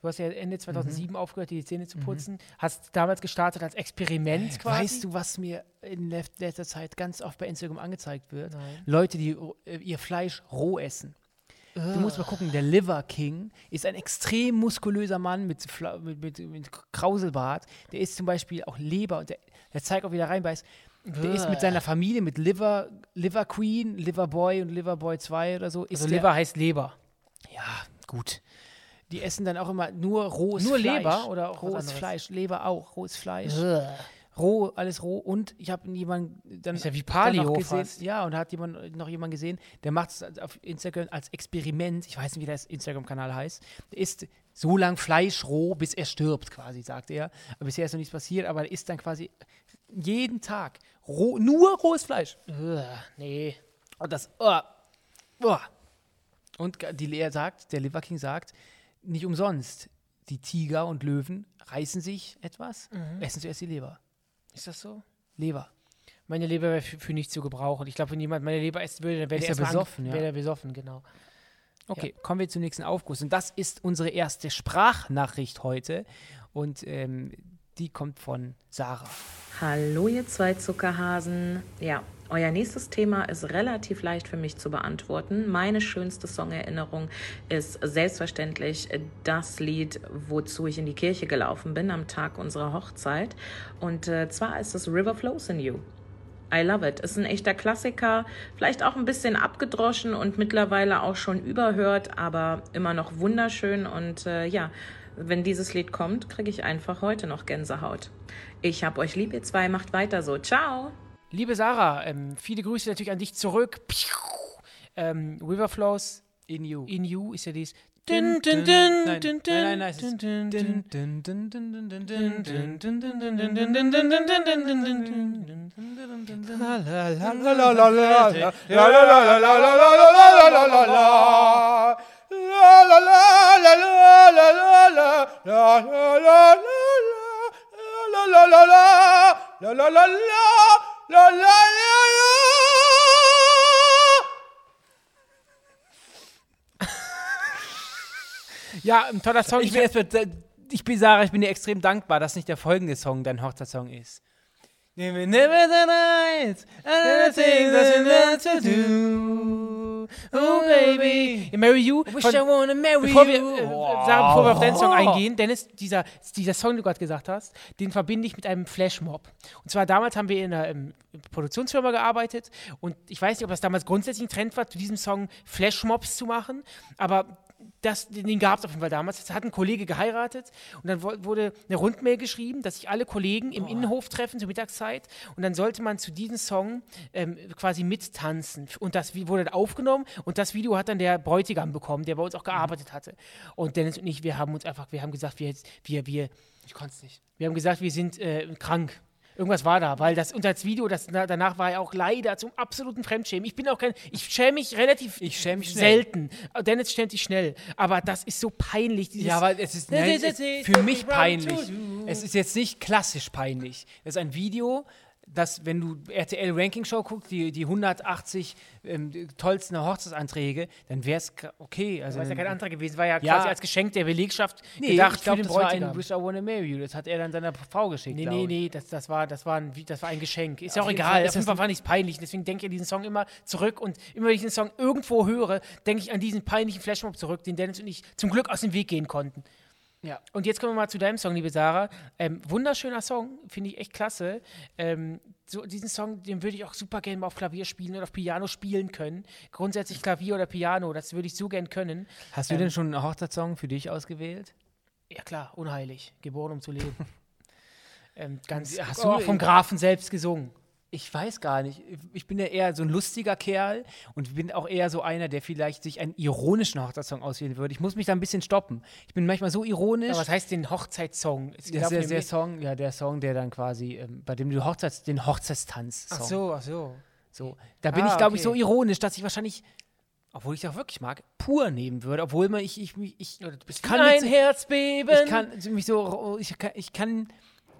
S2: Du hast ja Ende
S3: Mhm.
S2: 2007 aufgehört, dir die Zähne zu putzen, hast damals gestartet als Experiment quasi.
S3: Weißt du, was mir in le- letzter Zeit ganz oft bei Instagram angezeigt wird?
S2: Nein.
S3: Leute, die äh, ihr Fleisch roh essen. Du musst mal gucken, der Liver King ist ein extrem muskulöser Mann mit, Fla- mit, mit, mit Krauselbart. Der isst zum Beispiel auch Leber und der, der zeigt auch, wie der reinbeißt. Der ist mit seiner Familie, mit Liver, Liver Queen, Liver Boy und Liver Boy 2 oder so. Ist
S2: Also
S3: der,
S2: Leber heißt Leber.
S3: Ja, gut. Die essen dann auch immer nur rohes
S2: Nur
S3: Fleisch.
S2: Leber oder auch was
S3: rohes
S2: anderes?
S3: Fleisch? Leber auch, rohes Fleisch. Roh, alles roh. Und ich habe jemanden dann.
S2: Ist ja wie
S3: dann
S2: Paleo
S3: noch gesehen,
S2: fast.
S3: Ja, und hat jemand, noch jemand gesehen, der macht es auf Instagram als Experiment. Ich weiß nicht, wie der Instagram-Kanal heißt. Der isst so lang Fleisch roh, bis er stirbt, quasi, sagt er. Aber bisher ist noch nichts passiert, aber er isst dann quasi jeden Tag roh, nur rohes Fleisch.
S2: Nee.
S3: Und das. Oh, oh. Und ga- die Lea sagt, der Liver King sagt, nicht umsonst. Die Tiger und Löwen reißen sich etwas,
S2: Mhm.
S3: essen zuerst die Leber.
S2: Ist das so?
S3: Leber.
S2: Meine Leber wäre für, für nichts zu gebrauchen. Ich glaube, wenn jemand meine Leber essen würde, dann wäre
S3: Ist
S2: der
S3: er
S2: erstmal ange-
S3: besoffen, ja.
S2: Wäre der besoffen, genau.
S3: Okay, kommen wir zum nächsten Aufguss. Und das ist unsere erste Sprachnachricht heute. Und ähm, die kommt von Sarah.
S6: Hallo ihr zwei Zuckerhasen. Ja, euer nächstes Thema ist relativ leicht für mich zu beantworten. Meine schönste Songerinnerung ist selbstverständlich das Lied, wozu ich in die Kirche gelaufen bin am Tag unserer Hochzeit. Und äh, zwar ist es River Flows in You. I love it. Ist ein echter Klassiker, vielleicht auch ein bisschen abgedroschen und mittlerweile auch schon überhört, aber immer noch wunderschön. Und äh, ja, wenn dieses Lied kommt, kriege ich einfach heute noch Gänsehaut. Ich hab euch lieb, ihr zwei, macht weiter so. Ciao!
S2: Liebe Sarah, ähm, viele Grüße natürlich an dich zurück. Piu. Ähm, Riverflows
S3: In you.
S2: in you ist ja dieses.
S3: Dun, dun, nein, nein, nein, nein, es ist-
S2: dun, dun,
S3: Dun, dun, dun, dun, dun, dun, dun, dun.
S2: Ja, ein toller Song.
S3: Ich bin, erst mal- ich bin Sarah, ich bin dir extrem dankbar, dass nicht der folgende Song dein Hochzeitssong ist. Never, never the night, and the things that you meant to do.
S2: Oh baby, I marry you. Von,
S3: wanna marry
S2: bevor wir, äh,
S3: Boah.
S2: Sarah, bevor wir auf deinen Song
S3: Boah.
S2: eingehen, Dennis, dieser, dieser Song, den du gerade gesagt hast, den verbinde ich mit einem Flashmob. Und zwar damals haben wir in einer ähm, Produktionsfirma gearbeitet und ich weiß nicht, ob das damals grundsätzlich ein Trend war, zu diesem Song Flashmobs zu machen, aber das, den gab es auf jeden Fall damals. Das hat ein Kollege geheiratet und dann wo- wurde eine Rundmail geschrieben, dass sich alle Kollegen im Innenhof treffen zur Mittagszeit und dann sollte man zu diesem Song ähm, quasi mittanzen. Und das Vi- wurde dann aufgenommen und das Video hat dann der Bräutigam bekommen, der bei uns auch
S3: Mhm.
S2: gearbeitet hatte. Und Dennis und ich, wir haben uns einfach, wir haben gesagt, wir, wir, wir, ich konnte es nicht. Wir haben gesagt, wir sind äh, krank. Irgendwas war da, weil das und das Video, das na, danach war ja auch leider zum absoluten Fremdschämen. Ich bin auch kein, ich schäme mich relativ
S3: Ich schäme mich schnell.
S2: selten. Oh, Dennis schämt sich schnell, aber das ist so peinlich. Dieses
S3: Ja, aber es ist, nein, es ist für mich peinlich. Es ist jetzt nicht klassisch peinlich. Es ist ein Video, das, wenn du RTL Ranking Show guckst, die, die 180 ähm, die tollsten Hochzeitsanträge, dann wäre es okay. Also
S2: Das war ja
S3: dann-
S2: kein Antrag gewesen, war ja,
S3: Ja.
S2: quasi als Geschenk der Belegschaft
S3: nee,
S2: gedacht
S3: ich glaube,
S2: für den
S3: das war ein
S2: Bräutigam.
S3: Wish I Wanna Marry You. Das hat er dann seiner Frau geschickt.
S2: Nee,
S3: glaub
S2: nee,
S3: ich.
S2: nee, das, das, war, das, war ein, wie- das war ein Geschenk. Ist ja
S3: Auf
S2: auch
S3: jeden
S2: egal.
S3: Fall ist
S2: Auf jeden
S3: das
S2: Fall
S3: ein-
S2: fand ich es peinlich. Deswegen denke ich an diesen Song immer zurück. Und immer, wenn ich den Song irgendwo höre, denke ich an diesen peinlichen Flashmob zurück, den Dennis und ich zum Glück aus dem Weg gehen konnten.
S3: Ja.
S2: Und jetzt kommen wir mal zu deinem Song, liebe Sarah. Ähm, wunderschöner Song, finde ich echt klasse. Ähm, so, diesen Song, den würde ich auch super gerne mal auf Klavier spielen oder auf Piano spielen können. Grundsätzlich Klavier oder Piano, das würde ich so gern können.
S3: Hast du denn schon einen Hochzeitssong für dich ausgewählt?
S2: Ähm, Ja klar, unheilig, geboren um zu leben. ähm, ganz,
S3: Hast
S2: hast
S3: du-
S2: du auch vom Grafen selbst gesungen.
S3: Ich weiß gar nicht. Ich bin ja eher so ein lustiger Kerl und bin auch eher so einer, der vielleicht sich einen ironischen Hochzeitssong auswählen würde. Ich muss mich da ein bisschen stoppen. Ich bin manchmal so ironisch.
S2: Aber was heißt denn Hochzeitssong? Ist-
S3: Das
S2: darf
S3: ist
S2: man
S3: der
S2: nicht-
S3: Song, ja, der Song, der dann quasi, ähm, bei dem du Hochzeits, den Hochzeitstanz.
S2: Ach so, ach so.
S3: so. Da bin
S2: Ah,
S3: ich, glaube ich, so
S2: okay.
S3: ironisch, dass ich wahrscheinlich, obwohl ich es auch wirklich mag, pur nehmen würde, obwohl man, ich, ich, mich- ich,
S2: Oder du bist
S3: ich kann
S2: ein
S3: mit-
S2: Herz beben.
S3: ich kann so- mich so, ich kann, ich kann,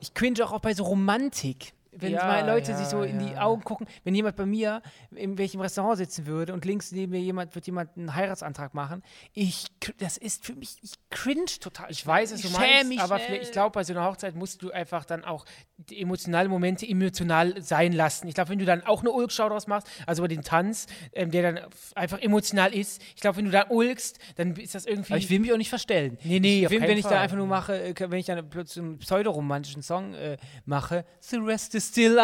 S3: ich cringe auch, auch bei so Romantik. Wenn
S2: Ja,
S3: mal Leute
S2: ja,
S3: sich so in die
S2: ja.
S3: Augen gucken, wenn jemand bei mir, in welchem Restaurant sitzen würde und links neben mir jemand, wird jemand einen Heiratsantrag machen, ich, cr- das ist für mich, ich cringe total.
S2: Ich weiß, was du
S3: schäme
S2: meinst,
S3: mich
S2: aber
S3: schnell.
S2: vielleicht- ich glaube, bei so einer Hochzeit musst du einfach dann auch die emotionalen Momente emotional sein lassen. Ich glaube, wenn du dann auch eine Ulkschau draus machst, also über den Tanz, ähm, der dann f- einfach emotional ist, ich glaube, wenn du dann ulkst, dann ist das irgendwie.
S3: Aber ich will mich auch nicht verstellen.
S2: Nee, nee,
S3: ich
S2: auf
S3: will,
S2: keinen
S3: wenn ich
S2: Fall.
S3: da einfach nur mache, äh, wenn ich dann plötzlich einen pseudoromantischen Song äh, mache, The rest is still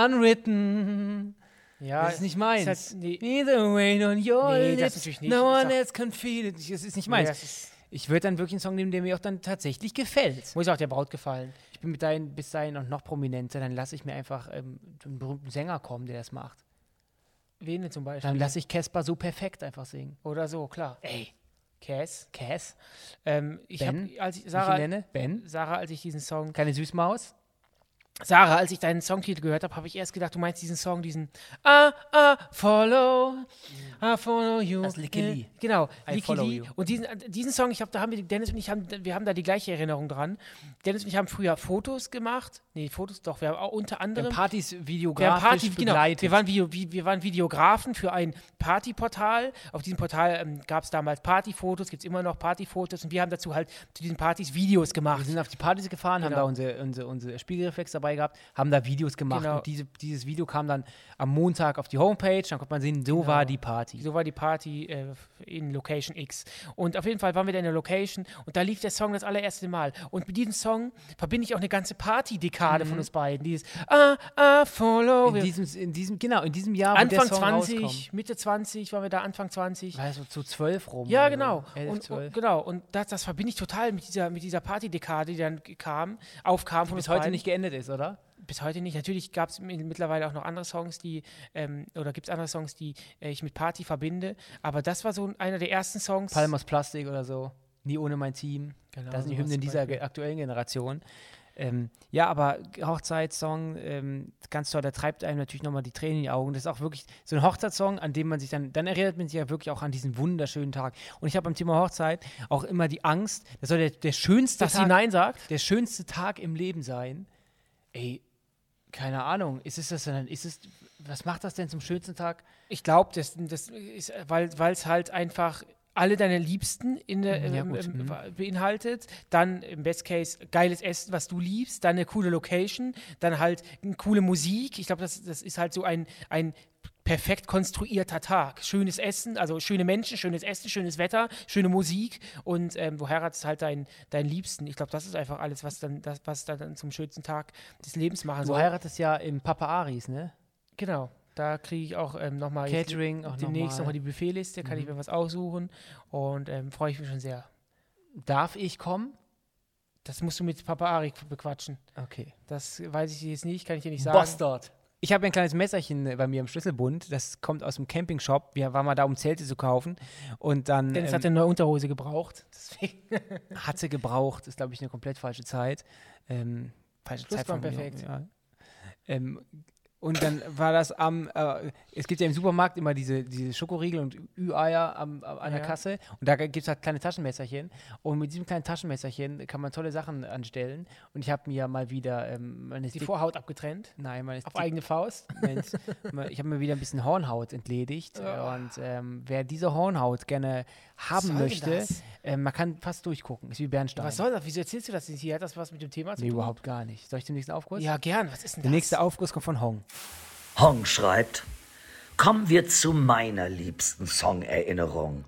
S3: unwritten.
S2: ja,
S3: Das ist nicht meins.
S2: ist halt- nee.
S3: Neither way on your
S2: Nee,
S3: lips.
S2: das natürlich nicht.
S3: No
S2: Ich
S3: one
S2: sag-
S3: else can feel it. Das ist nicht
S2: Nee,
S3: meins.
S2: das ist-
S3: ich würde dann wirklich einen Song nehmen, der mir auch dann tatsächlich gefällt.
S2: Muss auch der Braut gefallen.
S3: Ich bin mit deinen, bis dahin noch, noch prominenter, dann lasse ich mir einfach ähm, einen berühmten Sänger kommen, der das macht.
S2: Wen denn zum Beispiel?
S3: Dann lasse ich Casper so perfekt einfach singen.
S2: Oder so, klar. Ey. Cass.
S3: Cass,
S2: Ähm, ich habe,
S3: Ben?
S2: als ich,
S3: wie ich ihn
S2: Sarah,
S3: nenne? Ben?
S2: Sarah, als ich diesen Song
S3: Keine Süßmaus?
S2: Sarah, als ich deinen Songtitel gehört habe, habe ich erst gedacht, du meinst diesen Song, diesen Ah, ah, follow, I follow you.
S3: Das Licky
S2: Äh,
S3: Lee.
S2: Genau,
S3: I
S2: Licky
S3: follow
S2: Lee.
S3: you.
S2: Und diesen, äh, diesen Song, ich habe, da haben wir, Dennis und ich, haben, wir haben da die gleiche Erinnerung dran. Dennis und ich haben früher Fotos gemacht. Nee, Fotos doch, wir haben auch unter
S3: Der
S2: anderem.
S3: Partys
S2: Wir, haben
S3: videografisch
S2: Party, genau,
S3: begleitet.
S2: wir, waren Video, wie- wir waren Videografen für ein Partyportal. Auf diesem Portal ähm, gab es damals Partyfotos, gibt es immer noch Partyfotos und wir haben dazu halt zu diesen Partys Videos
S3: Wir
S2: gemacht.
S3: sind auf die Partys gefahren, haben
S2: Genau.
S3: da unsere, unsere, unsere Spiegelreflex dabei gehabt, haben da Videos gemacht.
S2: Genau.
S3: Und diese, dieses Video kam dann am Montag auf die Homepage, dann konnte man sehen, so war die Party.
S2: Genau. So war die Party äh, in Location X. Und auf jeden Fall waren wir da in der Location und da lief der Song das allererste Mal. Und mit diesem Song verbinde ich auch eine ganze Party-Dekade von uns beiden. Dieses Ah, ah, follow.
S3: Mhm.
S2: Wir-
S3: In diesem, in diesem, genau, in diesem Jahr, wo
S2: Anfang
S3: der Song
S2: 20,
S3: rauskam.
S2: Mitte 20 waren wir da, Anfang 20.
S3: War ja so zu zwölf rum.
S2: Ja,
S3: oder
S2: genau.
S3: So. Elf,
S2: und,
S3: zwölf.
S2: und, genau. und das, das verbinde ich total mit dieser, mit dieser Party-Dekade, die dann kam, aufkam von
S3: bis
S2: uns
S3: heute
S2: beiden.
S3: nicht geendet ist, oder?
S2: bis heute nicht. Natürlich gab es mittlerweile auch noch andere Songs, die, ähm, oder gibt es andere Songs, die äh, ich mit Party verbinde. Aber das war so ein- einer der ersten Songs.
S3: Palmas Plastik oder so. Nie ohne mein Team.
S2: Genau,
S3: das sind die
S2: sowas
S3: Hymnen
S2: zum
S3: dieser
S2: Beispiel.
S3: ge- aktuellen Generation. Ähm, ja, aber Hochzeitssong, ähm, ganz toll, da treibt einem natürlich nochmal die Tränen in die Augen. Das ist auch wirklich so ein Hochzeitssong, an dem man sich dann, dann erinnert man sich ja wirklich auch an diesen wunderschönen Tag. Und ich habe beim Thema Hochzeit auch immer die Angst, das soll der, der schönste
S2: dass
S3: Tag
S2: sie Nein sagt.
S3: der schönste Tag im Leben sein. Ey, keine Ahnung, ist es das denn, ist es, was macht das denn zum schönsten Tag?
S2: Ich glaube, das, das ist, weil es halt einfach alle deine Liebsten in der,
S3: Ja,
S2: ähm,
S3: gut,
S2: ähm,
S3: mhm.
S2: wa- beinhaltet. Dann im Best Case geiles Essen, was du liebst, dann eine coole Location, dann halt n- coole Musik. Ich glaube, das, das ist halt so ein, ein perfekt konstruierter Tag. Schönes Essen, also schöne Menschen, schönes Essen, schönes Wetter, schöne Musik und ähm, du heiratest halt deinen deinen Liebsten. Ich glaube, das ist einfach alles, was dann, das, was dann zum schönsten Tag des Lebens machen
S3: Du
S2: soll.
S3: heiratest ja im Papa Aris, ne?
S2: Genau. Da kriege ich auch ähm, nochmal
S3: Catering auch
S2: demnächst
S3: noch mal. Mhm.
S2: nochmal die Buffetliste, kann ich mir was aussuchen und ähm, freue ich mich schon sehr.
S3: Darf ich kommen?
S2: Das musst du mit Papa Ari bequatschen.
S3: Okay.
S2: Das weiß ich jetzt nicht, kann ich dir nicht sagen.
S3: Bastard. Ich habe ein kleines Messerchen äh, bei mir im Schlüsselbund. Das kommt aus dem Campingshop. Wir waren mal da, um Zelte zu kaufen. Und dann
S2: Dennis
S3: ähm,
S2: hat eine neue Unterhose gebraucht. Deswegen.
S3: hat sie gebraucht. Ist, glaube ich, eine komplett falsche Zeit. Ähm, falsche
S2: Schluss
S3: Zeit von
S2: war
S3: mir,
S2: perfekt.
S3: Ja. Ähm, und dann war das am, äh, es gibt ja im Supermarkt immer diese, diese Schokoriegel und Ü-Eier am, am, an der
S2: Ja.
S3: Kasse und da gibt es halt kleine Taschenmesserchen und mit diesem kleinen Taschenmesserchen kann man tolle Sachen anstellen und ich habe mir mal wieder ähm, meine
S2: Die
S3: Stick-
S2: Vorhaut abgetrennt.
S3: Nein, meine
S2: Auf
S3: Stick-
S2: eigene Faust.
S3: Mensch, ma- ich habe mir wieder ein bisschen Hornhaut entledigt. äh, Und ähm, wer diese Hornhaut gerne haben
S2: soll denn
S3: möchte,
S2: das?
S3: äh, man kann fast durchgucken. Ist wie Bernstein.
S2: Was soll das? Wieso erzählst du das denn hier? Hat das was mit dem Thema zu
S3: nee,
S2: tun?
S3: überhaupt gar nicht. Soll ich den nächsten Aufguss?
S2: Ja, gern. Was ist denn
S3: Der
S2: das?
S3: nächste Aufguss kommt von Hong.
S4: Hong schreibt, kommen wir zu meiner liebsten Songerinnerung.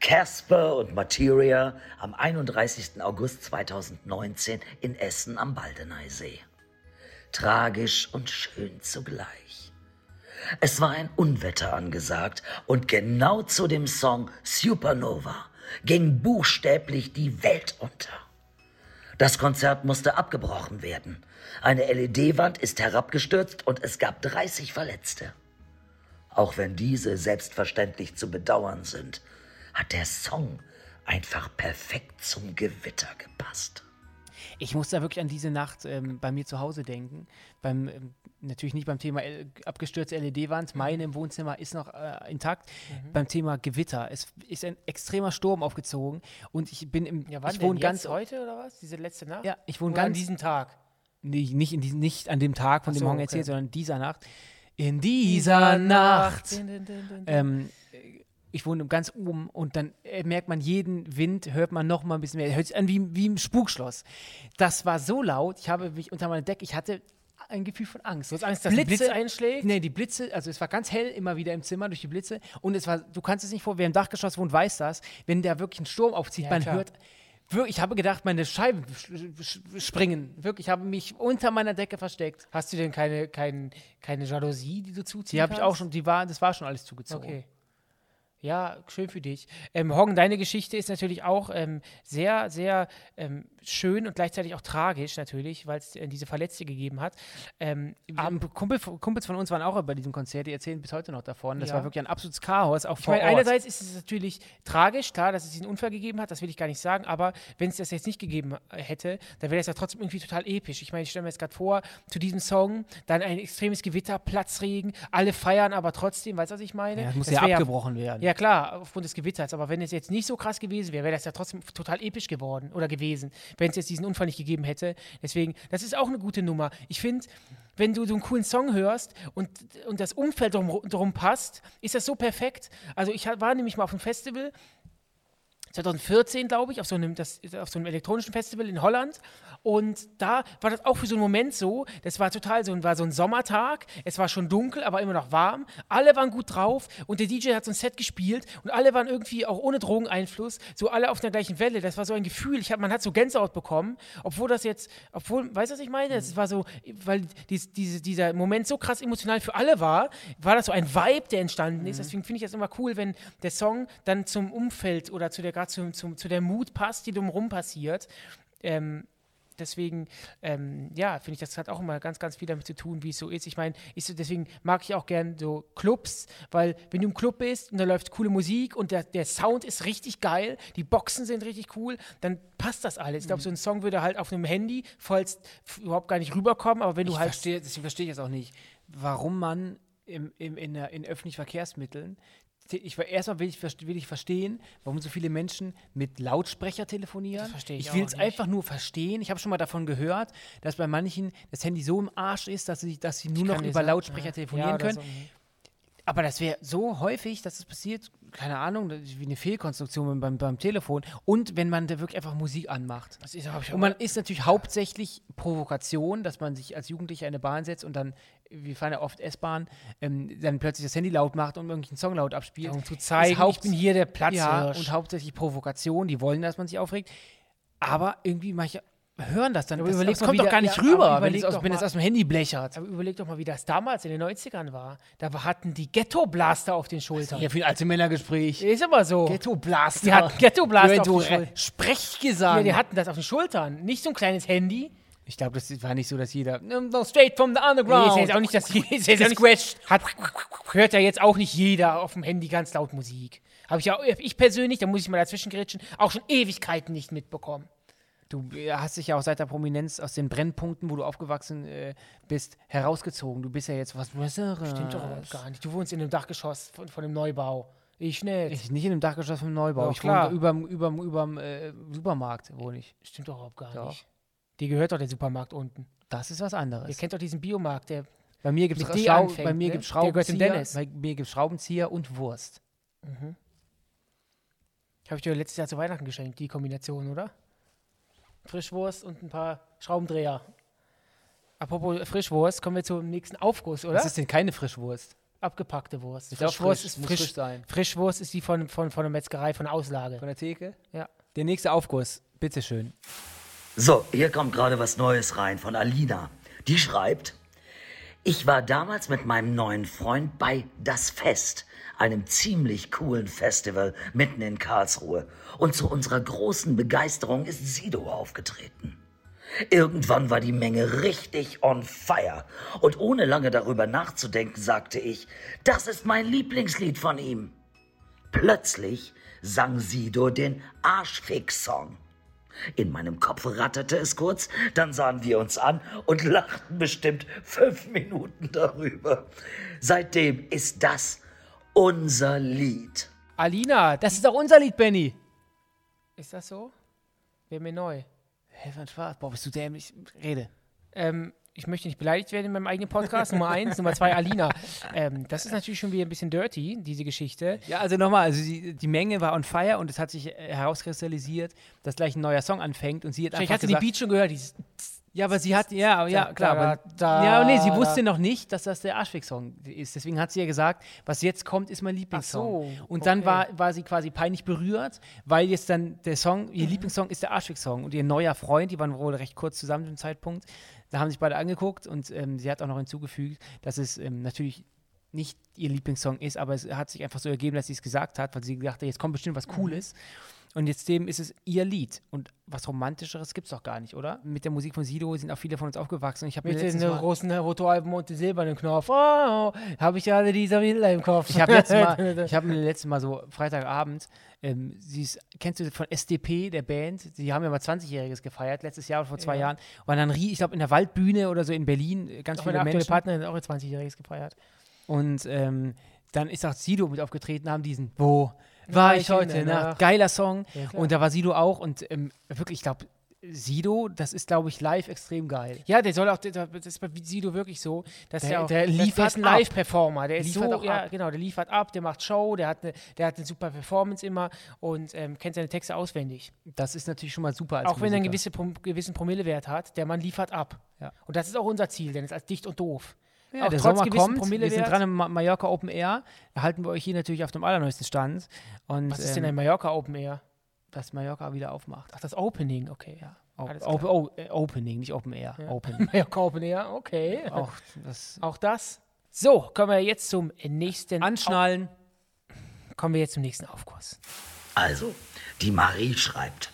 S4: Casper und Materia am 31. August 2019 in Essen am Baldeneysee. Tragisch und schön zugleich. Es war ein Unwetter angesagt und genau zu dem Song Supernova ging buchstäblich die Welt unter. Das Konzert musste abgebrochen werden. Eine LED-Wand ist herabgestürzt und es gab 30 Verletzte. Auch wenn diese selbstverständlich zu bedauern sind, hat der Song einfach perfekt zum Gewitter gepasst.
S3: Ich muss da wirklich an diese Nacht ähm, bei mir zu Hause denken. Beim, ähm, natürlich nicht beim Thema L abgestürzte LED-Wand. Meine im Wohnzimmer ist noch äh, intakt. Beim Thema Gewitter. Es ist ein extremer Sturm aufgezogen und ich bin im.
S2: Ja, wann
S3: ich
S2: denn?
S3: wohne
S2: Jetzt
S3: ganz.
S2: heute oder was? Diese letzte Nacht?
S3: Ja, ich wohne
S2: Oder an
S3: ganz
S2: diesem Tag.
S3: Nee, nicht, in diesem, nicht an dem Tag, von
S2: Ach
S3: dem
S2: so,
S3: Hong
S2: okay.
S3: erzählt, sondern dieser Nacht. In dieser Nacht.
S2: Dun, dun, dun, dun, dun.
S3: Ähm, ich wohne ganz oben und dann äh, merkt man jeden Wind, hört man noch mal ein bisschen mehr. Hört sich an wie, wie im Spukschloss. Das war so laut, ich habe mich unter meiner Decke, ich hatte ein Gefühl von Angst.
S2: Du hast Angst, dass ein Blitz einschlägt?
S3: Nee, die Blitze, also es war ganz hell immer wieder im Zimmer durch die Blitze und es war, du kannst es nicht vor, wer im Dachgeschoss wohnt, weiß das, wenn da wirklich ein Sturm aufzieht,
S2: Ja,
S3: man
S2: klar.
S3: hört wirklich, ich habe gedacht, meine Scheiben sch- sch- springen. Wirklich, ich habe mich unter meiner Decke versteckt.
S2: Hast du denn keine, kein, keine Jalousie, die du zuziehst?
S3: Die habe ich auch schon, die war, das war schon alles zugezogen.
S2: Okay. Ja, schön für dich. Ähm, Hong, deine Geschichte ist natürlich auch ähm, sehr, sehr ähm, schön und gleichzeitig auch tragisch natürlich, weil es äh, diese Verletzte gegeben hat. Ähm,
S3: Am Kumpel, Kumpels von uns waren auch bei diesem Konzert, die erzählen bis heute noch davon. Das
S2: Ja.
S3: war wirklich ein absolutes Chaos, auch
S2: ich
S3: vor
S2: meine,
S3: Ort.
S2: einerseits ist es natürlich tragisch, klar, dass es diesen Unfall gegeben hat, das will ich gar nicht sagen, aber wenn es das jetzt nicht gegeben äh, hätte, dann wäre das ja trotzdem irgendwie total episch. Ich meine, ich stelle mir jetzt gerade vor, zu diesem Song, dann ein extremes Gewitter, Platzregen, alle feiern aber trotzdem, weißt du, was ich meine?
S3: ja, das muss
S2: Das
S3: ja
S2: wär
S3: abgebrochen
S2: Ja,
S3: werden.
S2: klar, aufgrund des Gewitters. Aber wenn es jetzt nicht so krass gewesen wäre, wäre das ja trotzdem total episch geworden oder gewesen, wenn es jetzt diesen Unfall nicht gegeben hätte. Deswegen, das ist auch eine gute Nummer. Ich finde, wenn du so einen coolen Song hörst und, und das Umfeld drum, drum passt, ist das so perfekt. Also, ich ha- war nämlich mal auf einem Festival 2014, glaube ich, auf so, einem, das, auf so einem elektronischen Festival in Holland. Und da war das auch für so einen Moment so. Das war total so, ein- war so ein Sommertag. Es war schon dunkel, aber immer noch warm. Alle waren gut drauf und der DJ hat so ein Set gespielt und alle waren irgendwie auch ohne Drogeneinfluss, so alle auf der gleichen Welle. Das war so ein Gefühl. Ich hab, man hat so Gänsehaut bekommen, obwohl das jetzt, obwohl, weißt du, was ich meine? Es war so, weil dies, diese, dieser Moment so krass emotional für alle war, war das so ein Vibe, der entstanden ist. Deswegen finde ich das immer cool, wenn der Song dann zum Umfeld oder zu der, grad zum, zum, zu der Mut passt, die drumherum passiert. Ähm, deswegen, ähm, ja, finde ich, das hat auch immer ganz, ganz viel damit zu tun, wie es so ist. Ich meine, ich so, deswegen mag ich auch gern so Clubs, weil wenn du im Club bist und da läuft coole Musik und der, der Sound ist richtig geil, die Boxen sind richtig cool, dann passt das alles. Ich glaube, so ein Song würde halt auf einem Handy falls f- überhaupt gar nicht rüberkommen, aber wenn du
S3: Ich
S2: halt
S3: verstehe, deswegen verstehe ich jetzt auch nicht, warum man im, im, in, der, in öffentlichen Verkehrsmitteln. Ich, ver- erstmal will ich, verste- will ich verstehen, warum so viele Menschen mit Lautsprecher telefonieren.
S2: Das verstehe ich
S3: Ich will
S2: auch
S3: es
S2: nicht.
S3: einfach nur verstehen. Ich habe schon mal davon gehört, dass bei manchen das Handy so im Arsch ist, dass sie, dass sie nur noch ne?
S2: kann dir
S3: über
S2: sagen,
S3: Lautsprecher
S2: ja.
S3: telefonieren
S2: Ja, oder
S3: können.
S2: so, mhm.
S3: Aber das wäre so häufig, dass es das passiert, keine Ahnung, das ist wie eine Fehlkonstruktion beim, beim Telefon. Und wenn man da wirklich einfach Musik anmacht.
S2: Das ist, hab ich
S3: Und man ist natürlich hauptsächlich Provokation, dass man sich als Jugendlicher in eine Bahn setzt und dann, wir fahren ja oft S-Bahn, ähm, dann plötzlich das Handy laut macht und irgendeinen Song laut abspielt.
S2: um zu
S3: Ist
S2: zeigen, ich
S3: haupt-
S2: bin hier der Platz.
S3: Ja, und hauptsächlich Provokation, die wollen, dass man sich aufregt. Aber irgendwie mache ich hören das dann.
S2: Aber
S3: das,
S2: überleg
S3: das
S2: mal,
S3: kommt
S2: wie
S3: doch
S2: der-
S3: gar nicht
S2: ja,
S3: rüber,
S2: aber
S3: wenn, es
S2: überleg
S3: aus,
S2: doch
S3: wenn es
S2: mal-
S3: aus dem Handy blechert.
S2: Aber überleg doch mal, wie das damals in den 90ern war. Da hatten die Ghetto-Blaster auf den Schultern.
S3: Hier für ein alte Männergespräch.
S2: Ist aber so.
S3: Ghetto Blaster.
S2: Die hatten Ghetto-Blaster auf
S3: Ghetto
S2: den Schul-
S3: äh, Sprechgesang.
S2: Ja, die hatten das auf den Schultern. Nicht so ein kleines Handy.
S3: ich glaube, das war nicht so, dass jeder. No, straight from the underground.
S2: Nee, ist ja jetzt auch nicht, dass die, ist ja jetzt auch
S3: Gescratcht.
S2: nicht, hat, hört ja jetzt auch nicht jeder auf dem Handy ganz laut Musik. Habe ich ja, ich persönlich, da muss ich mal dazwischen grätschen, auch schon Ewigkeiten nicht mitbekommen.
S3: Du äh, hast dich ja auch seit der Prominenz aus den Brennpunkten, wo du aufgewachsen äh, bist, herausgezogen. Du bist ja jetzt was Besseres.
S2: Stimmt doch überhaupt gar nicht. Du wohnst in einem Dachgeschoss von, von einem Neubau. Ich nicht.
S3: Ich nicht in einem Dachgeschoss vom Neubau.
S2: Doch,
S3: ich
S2: klar.
S3: wohne überm, überm, überm äh, Supermarkt wohne ich.
S2: Stimmt doch überhaupt gar
S3: Doch.
S2: nicht. Dir gehört doch der Supermarkt unten.
S3: Das ist was
S2: Ihr
S3: anderes.
S2: kennt doch diesen Biomarkt, der
S3: Bei mir gibt's
S2: mit D
S3: Schraub-
S2: anfängt,
S3: bei mir
S2: ne?
S3: gibt's
S2: Der gehört dem
S3: Schraubenzieher,
S2: Dennis.
S3: bei mir gibt's Schraubenzieher und Wurst.
S2: Habe ich dir letztes Jahr zu Weihnachten geschenkt, die Kombination, oder? Frischwurst und ein paar Schraubendreher. Apropos Frischwurst, kommen wir zum nächsten Aufguss, oder?
S3: Was ist denn keine Frischwurst?
S2: Abgepackte Wurst.
S3: Ist auch
S2: Frischwurst
S3: frisch,
S2: ist
S3: muss
S2: frisch,
S3: frisch sein.
S2: Frischwurst ist die von, von, von der Metzgerei, von der Auslage.
S3: Von der Theke?
S2: ja.
S3: Der nächste Aufguss, bitteschön.
S4: So, hier kommt gerade was Neues rein von Alina. Die schreibt, ich war damals mit meinem neuen Freund bei Das Fest, einem ziemlich coolen Festival mitten in Karlsruhe. Und zu unserer großen Begeisterung ist Sido aufgetreten. Irgendwann war die Menge richtig on fire. Und ohne lange darüber nachzudenken, sagte ich, das ist mein Lieblingslied von ihm. Plötzlich sang Sido den Arschfick-Song. In meinem Kopf ratterte es kurz, dann sahen wir uns an und lachten bestimmt fünf Minuten darüber. Seitdem ist das unser Lied.
S2: Alina, das
S3: Das ist auch unser Lied, Benny.
S2: ist das so? Wäre mir neu.
S3: Hey, was Spaß. Boah, bist du dämlich? Rede.
S2: Ähm, ich möchte nicht beleidigt werden in meinem eigenen Podcast, Nummer eins. Nummer zwei, Alina. Ähm, das ist natürlich schon wieder ein bisschen dirty, diese Geschichte.
S3: Ja, also nochmal, also die, die Menge war on fire und es hat sich äh, herauskristallisiert, dass gleich ein neuer Song anfängt und sie hat
S2: Ich
S3: einfach
S2: hatte die
S3: gesagt,
S2: Beat schon gehört, dieses
S3: ja, aber sie hat, ja, aber ja,
S2: Da,
S3: klar,
S2: da,
S3: aber,
S2: da,
S3: ja, nee, sie
S2: da.
S3: wusste noch nicht, dass das der Arschfick-Song ist, deswegen hat sie ja gesagt, was jetzt kommt, ist mein Lieblingssong.
S2: Ach so,
S3: und dann
S2: okay.
S3: war, war sie quasi peinlich berührt, weil jetzt dann der Song, ihr Lieblingssong ist der Arschfick-Song und ihr neuer Freund, die waren wohl recht kurz zusammen zum Zeitpunkt, da haben sich beide angeguckt und ähm, sie hat auch noch hinzugefügt, dass es ähm, natürlich nicht ihr Lieblingssong ist, aber es hat sich einfach so ergeben, dass sie es gesagt hat, weil sie dachte, jetzt kommt bestimmt was
S2: Mhm.
S3: Cooles. Und jetzt dem ist es ihr Lied. Und was Romantischeres gibt es doch gar nicht, oder? Mit der Musik von Sido sind auch viele von uns aufgewachsen. Ich habe mir
S2: mit den
S3: letztens mal,
S2: großen Rotoalben und den silbernen Knopf. Oh, habe ich gerade dieser Villa im Kopf.
S3: ich habe letztes mal, ich hab mir letztes Mal so Freitagabend, ähm, sie ist, kennst du von SDP, der Band? Die haben ja mal 20-Jähriges gefeiert, letztes Jahr oder vor zwei Jahren. Und dann, rie- ich glaube, in der Waldbühne oder so in Berlin, äh, ganz
S2: Auch meine
S3: viele
S2: aktuelle
S3: Menschen.
S2: Partnerin hat auch ihr 20-Jähriges gefeiert.
S3: Und ähm, dann ist auch Sido mit aufgetreten, haben diesen Wo war ich heute Nacht? Geiler Song.
S2: klar.
S3: und da war Sido auch. Und ähm, wirklich, ich glaube, Sido, das ist, glaube ich, live extrem geil.
S2: Ja, der soll auch, der, das ist bei Sido wirklich so, dass
S3: Der-
S2: der, auch,
S3: der
S2: das-
S3: liefert
S2: der ist ein
S3: ab.
S2: Live-Performer, der ist
S3: Liefert
S2: so,
S3: auch
S2: ja,
S3: ab.
S2: genau, der liefert ab, der macht Show, der hat eine, der hat eine super Performance immer und ähm, kennt seine Texte auswendig.
S3: Das ist natürlich schon mal super. Als
S2: auch wenn er einen
S3: Musiker.
S2: gewisse, Prom- gewissen Promillewert hat, der Mann liefert ab.
S3: Ja.
S2: Und das ist auch unser Ziel, denn es ist als dicht und doof.
S3: Ja,
S2: auch
S3: der
S2: trotz
S3: Sommer
S2: gewissen
S3: kommt. Wir sind
S2: Promillewert.
S3: dran im Ma- Mallorca Open Air. Da halten wir euch hier natürlich auf dem allerneuesten Stand. Und,
S2: Was ist denn ein
S3: ähm,
S2: Mallorca Open Air?
S3: dass Mallorca wieder aufmacht?
S2: Ach, das Opening, okay. Ja.
S3: O-
S2: Alles
S3: Op- o äh, Opening, nicht Open Air. Open.
S2: Mallorca Open Air, okay.
S3: Auch das
S2: Auch das. So, kommen wir jetzt zum nächsten
S3: Anschnallen.
S2: Au- kommen wir jetzt zum nächsten Aufkurs.
S4: Also, die Marie schreibt,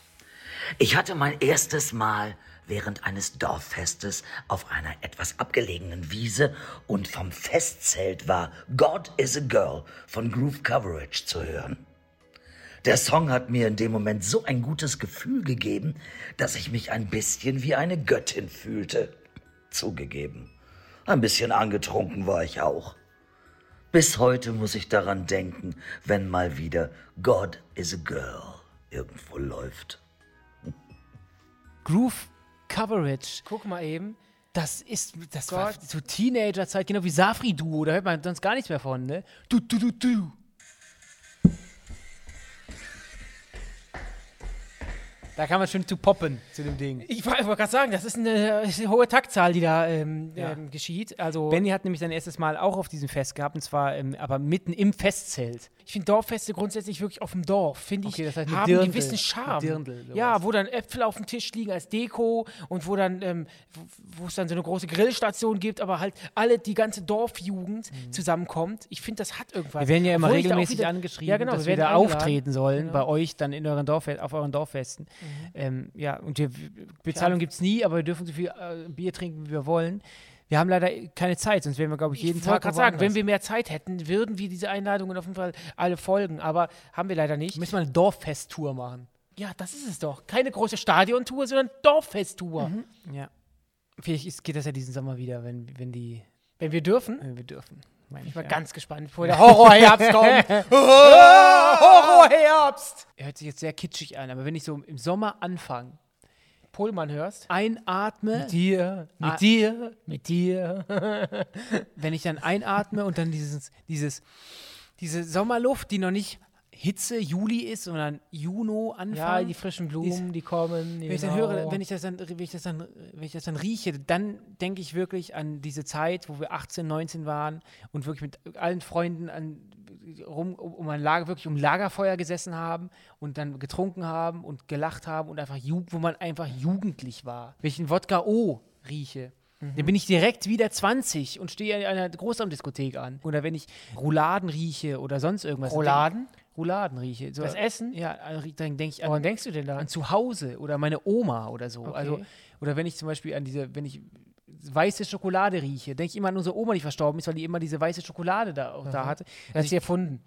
S4: ich hatte mein erstes Mal während eines Dorffestes auf einer etwas abgelegenen Wiese und vom Festzelt war God is a Girl von Groove Coverage zu hören. Der Song hat mir in dem Moment so ein gutes Gefühl gegeben, dass ich mich ein bisschen wie eine Göttin fühlte. Zugegeben, ein bisschen angetrunken war ich auch. Bis heute muss ich daran denken, wenn mal wieder God is a Girl irgendwo läuft.
S3: Groove Coverage.
S2: Guck mal eben.
S3: Das ist, das war so Teenagerzeit, genau wie Safri Duo, da hört man sonst gar nichts mehr von, ne? Du, du, du, du. Da kann man schön zu poppen zu dem Ding.
S2: Ich wollte gerade sagen, das ist eine, ist eine hohe Taktzahl, die da ähm,
S3: Ja.
S2: ähm, geschieht. Also
S3: Benny hat nämlich sein erstes Mal auch auf diesem Fest gehabt, und zwar ähm, aber mitten im Festzelt.
S2: ich finde Dorffeste grundsätzlich wirklich auf dem Dorf, finde ich,
S3: Okay, das heißt mit
S2: haben
S3: Dirndl,
S2: einen gewissen
S3: mit
S2: Charme.
S3: Dirndl, sowas.
S2: ja, wo dann Äpfel auf dem Tisch liegen als Deko und wo dann, ähm, wo- wo es dann so eine große Grillstation gibt, aber halt alle, die ganze Dorfjugend zusammenkommt. Ich finde, das hat irgendwas.
S3: Mhm. Wir werden ja immer
S2: Obwohl ich da auch
S3: regelmäßig
S2: wieder-
S3: angeschrieben,
S2: ja, genau,
S3: dass
S2: wir
S3: wir,
S2: werden
S3: da
S2: eingeladen.
S3: auftreten sollen
S2: Genau. Mhm.
S3: bei euch dann in euren Dorf, auf euren Dorffesten. Ähm, ja, und wir, Bezahlung gibt es nie, aber wir dürfen so viel äh, Bier trinken, wie wir wollen. Wir haben leider keine Zeit, sonst wären wir, glaube ich, jeden
S2: ich
S3: Tag.
S2: wollte gerade
S3: irgendwo
S2: sagen,
S3: anders.
S2: wenn wir mehr Zeit hätten, würden wir diese Einladungen auf jeden Fall alle folgen, aber haben wir leider nicht.
S3: müssen wir eine Dorffesttour machen.
S2: Ja, das ist es doch. Keine große Stadiontour, sondern Dorffesttour.
S3: Mhm. Ja. Vielleicht ist, geht das ja diesen Sommer wieder, wenn, wenn die
S2: Wenn wir dürfen.
S3: wenn wir dürfen. Meine ich
S2: Ich war
S3: ja.
S2: ganz gespannt, bevor der Horrorherbst kommt.
S3: Oh,
S2: Horrorherbst!
S3: Er hört sich jetzt sehr kitschig an, aber wenn ich so im Sommer anfange,
S2: Pullman hörst.
S3: einatme,
S2: Dir,
S3: mit
S2: dir, mit dir.
S3: wenn ich dann einatme und dann dieses, dieses, diese Sommerluft, die noch nicht Hitze Juli ist, sondern Juno
S2: Ja,
S3: anfangen.
S2: die frischen Blumen, die kommen. genau.
S3: wenn ich dann höre, wenn ich das dann, wenn ich das dann, wenn ich das dann rieche, dann denke ich wirklich an diese Zeit, wo wir 18, 19 waren und wirklich mit allen Freunden an, rum, um ein Lager, wirklich um Lagerfeuer gesessen haben und dann getrunken haben und gelacht haben und einfach ju- wo man einfach jugendlich war. Wenn ich einen Wodka O rieche.
S2: Mhm.
S3: Dann bin ich direkt wieder 20 und stehe in einer Großraumdiskothek an. Oder wenn ich Rouladen rieche oder sonst irgendwas.
S2: Rouladen?
S3: Rouladen rieche. So, äh,
S2: Das Essen?
S3: Ja, also dann denke ich an
S2: Woran denkst du denn da?
S3: an zu Hause oder meine Oma oder so.
S2: Okay.
S3: Also, oder wenn ich zum Beispiel an diese, wenn ich weiße Schokolade rieche, denke ich immer an unsere Oma, die verstorben ist, weil die immer diese weiße Schokolade da, auch da hatte.
S2: Das ist erfunden.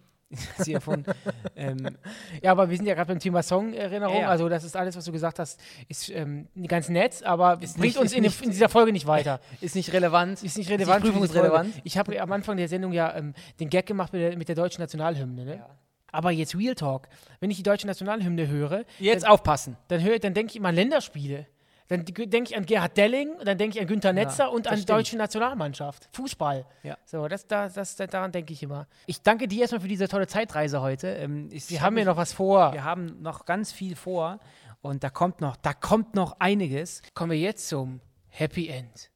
S3: Hat sie erfunden. ähm,
S2: Ja, aber wir sind ja gerade beim Thema Song-Erinnerung.
S3: Ja, ja.
S2: Also, das ist alles, was du gesagt hast, ist ähm, ganz nett, aber bringt
S3: nicht-
S2: uns
S3: ist
S2: in,
S3: nicht-
S2: in dieser Folge nicht weiter.
S3: ist nicht relevant.
S2: Ist nicht relevant.
S3: Ist nicht
S2: für diese
S3: prüfungsrelevant.
S2: Folge. Ich habe am Anfang der Sendung ja ähm, den Gag gemacht mit der, mit der deutschen Nationalhymne. Ne? Aber jetzt Real Talk. Wenn ich die deutsche Nationalhymne höre,
S3: Jetzt
S2: dann,
S3: aufpassen.
S2: dann, höre- dann denke ich immer an Länderspiele. Dann denke ich an Gerhard Delling, dann denke ich an Günther Netzer und
S3: das
S2: an die
S3: stimmt.
S2: deutsche Nationalmannschaft. Fußball.
S3: Ja.
S2: So, das, das, das, daran denke ich immer.
S3: Ich danke dir erstmal für diese tolle Zeitreise heute. Ähm, ich,
S2: Sie haben mir noch was vor.
S3: wir haben noch ganz viel vor und da kommt noch, da kommt noch einiges.
S2: Kommen wir jetzt zum Happy End.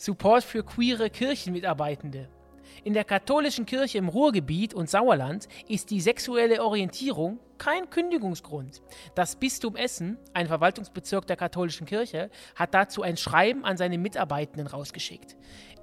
S2: Support für queere Kirchenmitarbeitende. In der katholischen Kirche im Ruhrgebiet und Sauerland ist die sexuelle Orientierung kein Kündigungsgrund. Das Bistum Essen, ein Verwaltungsbezirk der katholischen Kirche, hat dazu ein Schreiben an seine Mitarbeitenden rausgeschickt.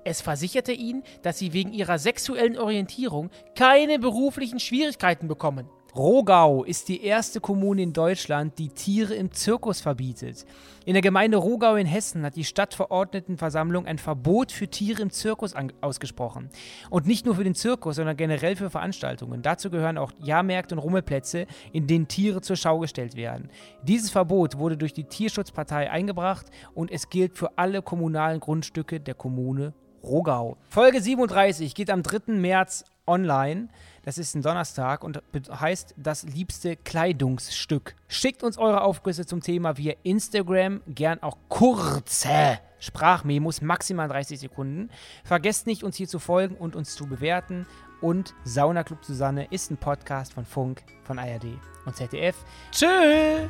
S2: Es versicherte ihnen, dass sie wegen ihrer sexuellen Orientierung keine beruflichen Schwierigkeiten bekommen.
S3: Rogau ist die erste Kommune in Deutschland, die Tiere im Zirkus verbietet. In der Gemeinde Rogau in Hessen hat die Stadtverordnetenversammlung ein Verbot für Tiere im Zirkus an- ausgesprochen. Und nicht nur für den Zirkus, sondern generell für Veranstaltungen. Dazu gehören auch Jahrmärkte und Rummelplätze, in denen Tiere zur Schau gestellt werden. Dieses Verbot wurde durch die Tierschutzpartei eingebracht und es gilt für alle kommunalen Grundstücke der Kommune Rogau. Folge 37 geht am 3. März online. Das ist ein Donnerstag und be- heißt das liebste Kleidungsstück. Schickt uns eure Aufgüsse zum Thema via Instagram, gern auch kurze Sprachmemos, maximal 30 Sekunden. Vergesst nicht, uns hier zu folgen und uns zu bewerten. Und Sauna Club Susanne ist ein Podcast von Funk, von ARD und ZDF. Tschüss!